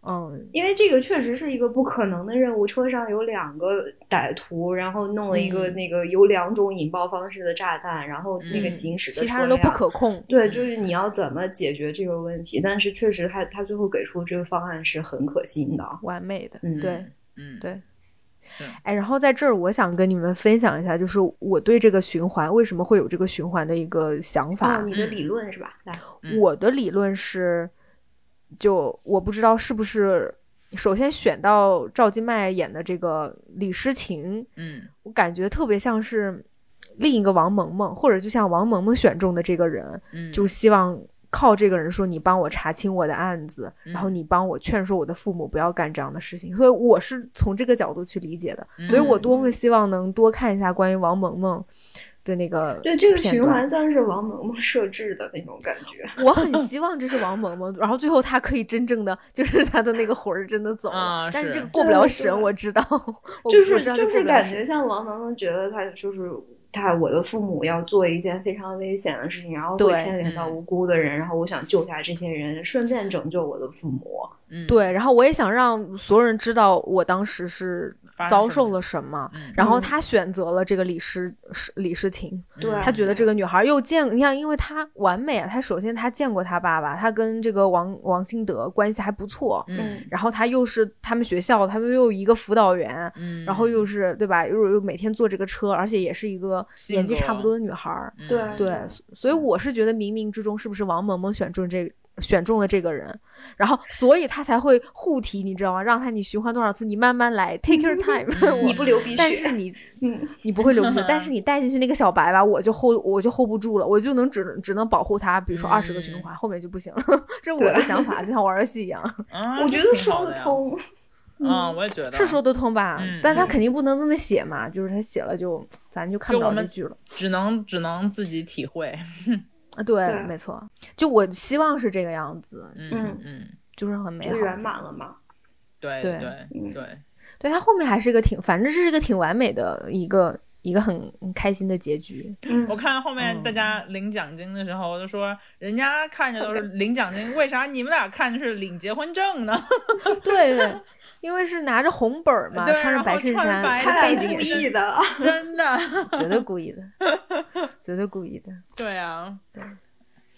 S4: 嗯，
S3: 因为这个确实是一个不可能的任务。车上有两个歹徒，然后弄了一个
S4: 嗯
S3: 那个有两种引爆方式的炸弹，然后那个
S1: 嗯
S3: 行驶的
S4: 其他
S3: 车
S4: 人都不
S3: 辆
S4: 可控，
S3: 对，就是你要怎么解决这个问题？但是确实他，他最后给出这个方案是很可信的。
S4: 完美的，
S3: 嗯
S4: 对。
S1: 嗯，嗯，
S4: 对
S1: 是
S4: 哎，然后在这儿，我想跟你们分享一下，就是我对这个循环为什么会有这个循环的一个想法。嗯
S3: 哦，你的理论是吧？来，
S1: 嗯
S4: 我的理论是，就我不知道是不是，首先选到赵今麦演的这个李诗情，
S1: 嗯
S4: 我感觉特别像是另一个王萌萌，或者就像王萌萌选中的这个人，
S1: 嗯，
S4: 就希望靠这个人说你帮我查清我的案子，然后
S1: 嗯
S4: 你帮我劝说我的父母不要干这样的事情。所以我是从这个角度去理解的，所以我多
S1: 嗯
S4: 么希望能多看一下关于王萌萌的那个
S3: 对这个
S4: 片
S3: 循
S4: 段
S3: 环像是王萌萌设置的那种感觉。
S4: 我很希望这是王萌萌，然后最后她可以真正的，就是她的那个魂儿真的走了，
S1: 啊
S4: 但是
S1: 是
S4: 这个过不了
S3: 对
S4: 审，
S3: 对
S4: 我知道，我
S3: 就
S4: 我
S3: 是
S4: 知道
S3: 就
S4: 这过
S3: 是
S4: 不了
S3: 感
S4: 审
S3: 觉像王萌萌觉得他就是他我的父母要做一件非常危险的事情，然后会
S4: 对
S3: 牵连到
S1: 嗯
S3: 无辜的人，然后我想救下这些人，顺便拯救我的父母。
S1: 嗯，
S4: 对，然后我也想让所有人知道我当时是
S1: 发生什么
S4: 遭受了什么。
S1: 嗯，
S4: 然后
S3: 嗯
S4: 她选择了这个李诗诗李诗情，
S3: 对
S1: 嗯
S4: 她觉得这个女孩又见，你看，因为她完美啊，她首先她见过她爸爸，她跟这个王王兴德关系还不错，
S1: 嗯
S4: 然后她又是他们学校，他们又有一个辅导员，
S1: 嗯，
S4: 然后又是对吧？又又每天坐这个车，而且也是一个
S1: 性
S4: 年纪
S1: 格
S4: 差不多的女孩儿。
S1: 嗯
S3: 对
S4: 对，所所以我是觉得冥冥之中是不是王萌萌选中这选中了这个人，然后所以她才会护体，你知道吗？让她你循环多少次，你慢慢来，take your time
S1: 嗯。
S4: 我
S3: 你不流鼻
S4: 但
S3: 血
S4: 是你
S3: 嗯，
S4: 你不会流鼻血， 但是你带进去那个小白吧，我就 hold 我就 hold 不住了，我就能只只能保护他，比如说二十个
S1: 嗯
S4: 循环，后面就不行了。 这是我的
S3: 对
S4: 想法，就像玩儿游戏一样，
S1: 啊
S3: 我觉得
S1: 挺好
S3: 说得
S1: 的呀。
S3: 通。
S1: 嗯，我也觉得
S4: 是说得通吧？
S1: 嗯
S4: 但他
S3: 嗯
S4: 肯定不能这么写嘛，就是他写了就咱就看
S1: 就
S4: 不
S1: 我
S4: 了这
S1: 们
S4: 剧了。
S1: 只能只能自己体会。
S4: 啊，对，
S3: 对
S4: 没错，就我希望是这个样子，
S1: 嗯嗯，
S4: 就是很美
S3: 就
S4: 好
S3: 圆。满了嘛？
S1: 对
S4: 对
S1: 对
S3: 嗯
S1: 对，
S4: 对，它后面还是一个挺，反正这是一个挺完美的一个一个很很开心的 结局。
S3: 嗯
S1: 我，看后面
S4: 嗯
S1: 大家领奖金的时候，我就说人家看着都是领奖金，为啥你们俩看着是领结婚证呢？
S4: 对对，因为是拿着红本儿嘛，
S1: 对然
S4: 穿着
S1: 后
S4: 白衬
S1: 穿着
S4: 衫，
S1: 白
S3: 他
S4: 它背
S3: 俩
S4: 景
S3: 故
S4: 也
S1: 是
S3: 意的。
S1: 真的，
S4: 绝对故意的，绝对故意的。
S1: 对啊，
S4: 对，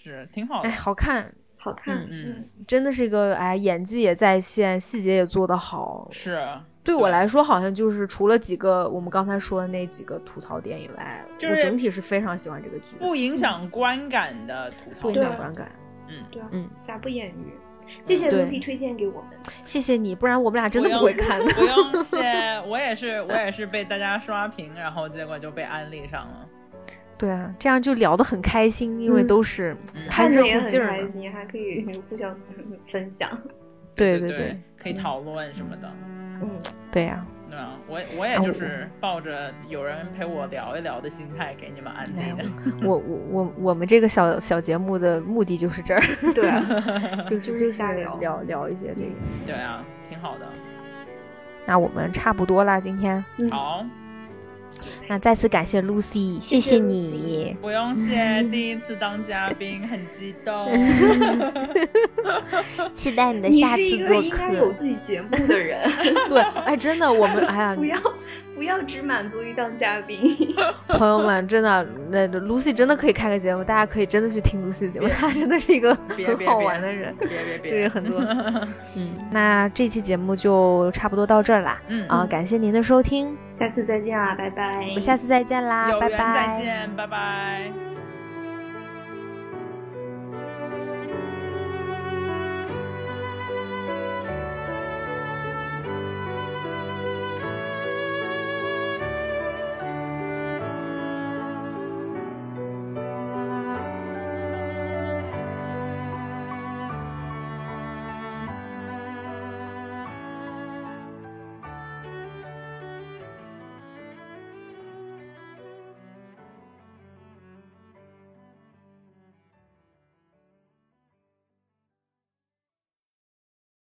S1: 是挺好的
S4: 哎，。好看，
S3: 好看，
S1: 嗯，
S4: 真的是一个哎，演技也在线，细节也做得好。
S1: 是
S4: 对我
S1: 对
S4: 来说，好像就是除了几个我们刚才说的那几个吐槽点以外，
S1: 就是
S4: 我整体是非常喜欢这个剧的，
S1: 不影响观感的吐槽
S4: 不影
S1: 点。
S4: 响观感。
S3: 对啊
S4: 嗯，
S3: 瑕不掩瑜。这些
S4: 对
S3: 东西推荐给我们，
S4: 谢谢你，不然我们俩真的不会看的。
S1: 不用谢，我也是，我也是被大家刷屏，然后结果就被安利上了。
S4: 对啊，这样就聊得很开心，因为
S3: 嗯
S4: 都是
S1: 嗯
S4: 还
S3: 看
S4: 热
S3: 着也
S4: 乎
S3: 很
S4: 劲儿
S3: 开
S4: 呢。
S3: 心，还可以互相 分享。
S4: 对
S1: 对
S4: 对，嗯
S1: 可以讨论什么的。
S3: 嗯，
S4: 对呀、
S1: 对啊，我我也就是抱着有人陪我聊一聊的心态给你们安利的。
S4: 哎我我我我们这个小小节目的目的就是这儿，
S3: 对啊，
S4: 就是
S3: 就是
S4: 就是
S3: 瞎聊嗯
S4: 聊聊一些这个。
S1: 对啊，挺好的。
S4: 那我们差不多啦，今天。
S3: 嗯，
S1: 好，
S4: 那再次感谢 Lucy，谢
S3: 谢
S4: 你。
S1: 不用谢，第一次当嘉宾，很激 动。
S4: 期待你的
S3: 你是
S4: 下次
S3: 一个
S4: 做
S3: 应该有
S4: 客。
S3: 自己节目的人，
S4: 对，哎，真的，我 们哎呀
S3: 不，要不要只满足于当嘉宾。
S4: 朋友们，真的，那 Lucy 真的可以开个节目，大家可以真的去听 Lucy 的节目，她真的是一个
S1: 别
S4: 很
S1: 别
S4: 好
S1: 别
S4: 玩的人，
S1: 别别别，
S4: 对很多嗯，那这期节目就差不多到这儿啦，
S1: 嗯，
S4: 啊，感谢您的收听，
S3: 下次再见啦，拜拜。
S4: 我们下次再见啦，
S1: 有
S4: 拜
S1: 缘
S4: 拜，
S1: 再见，拜拜。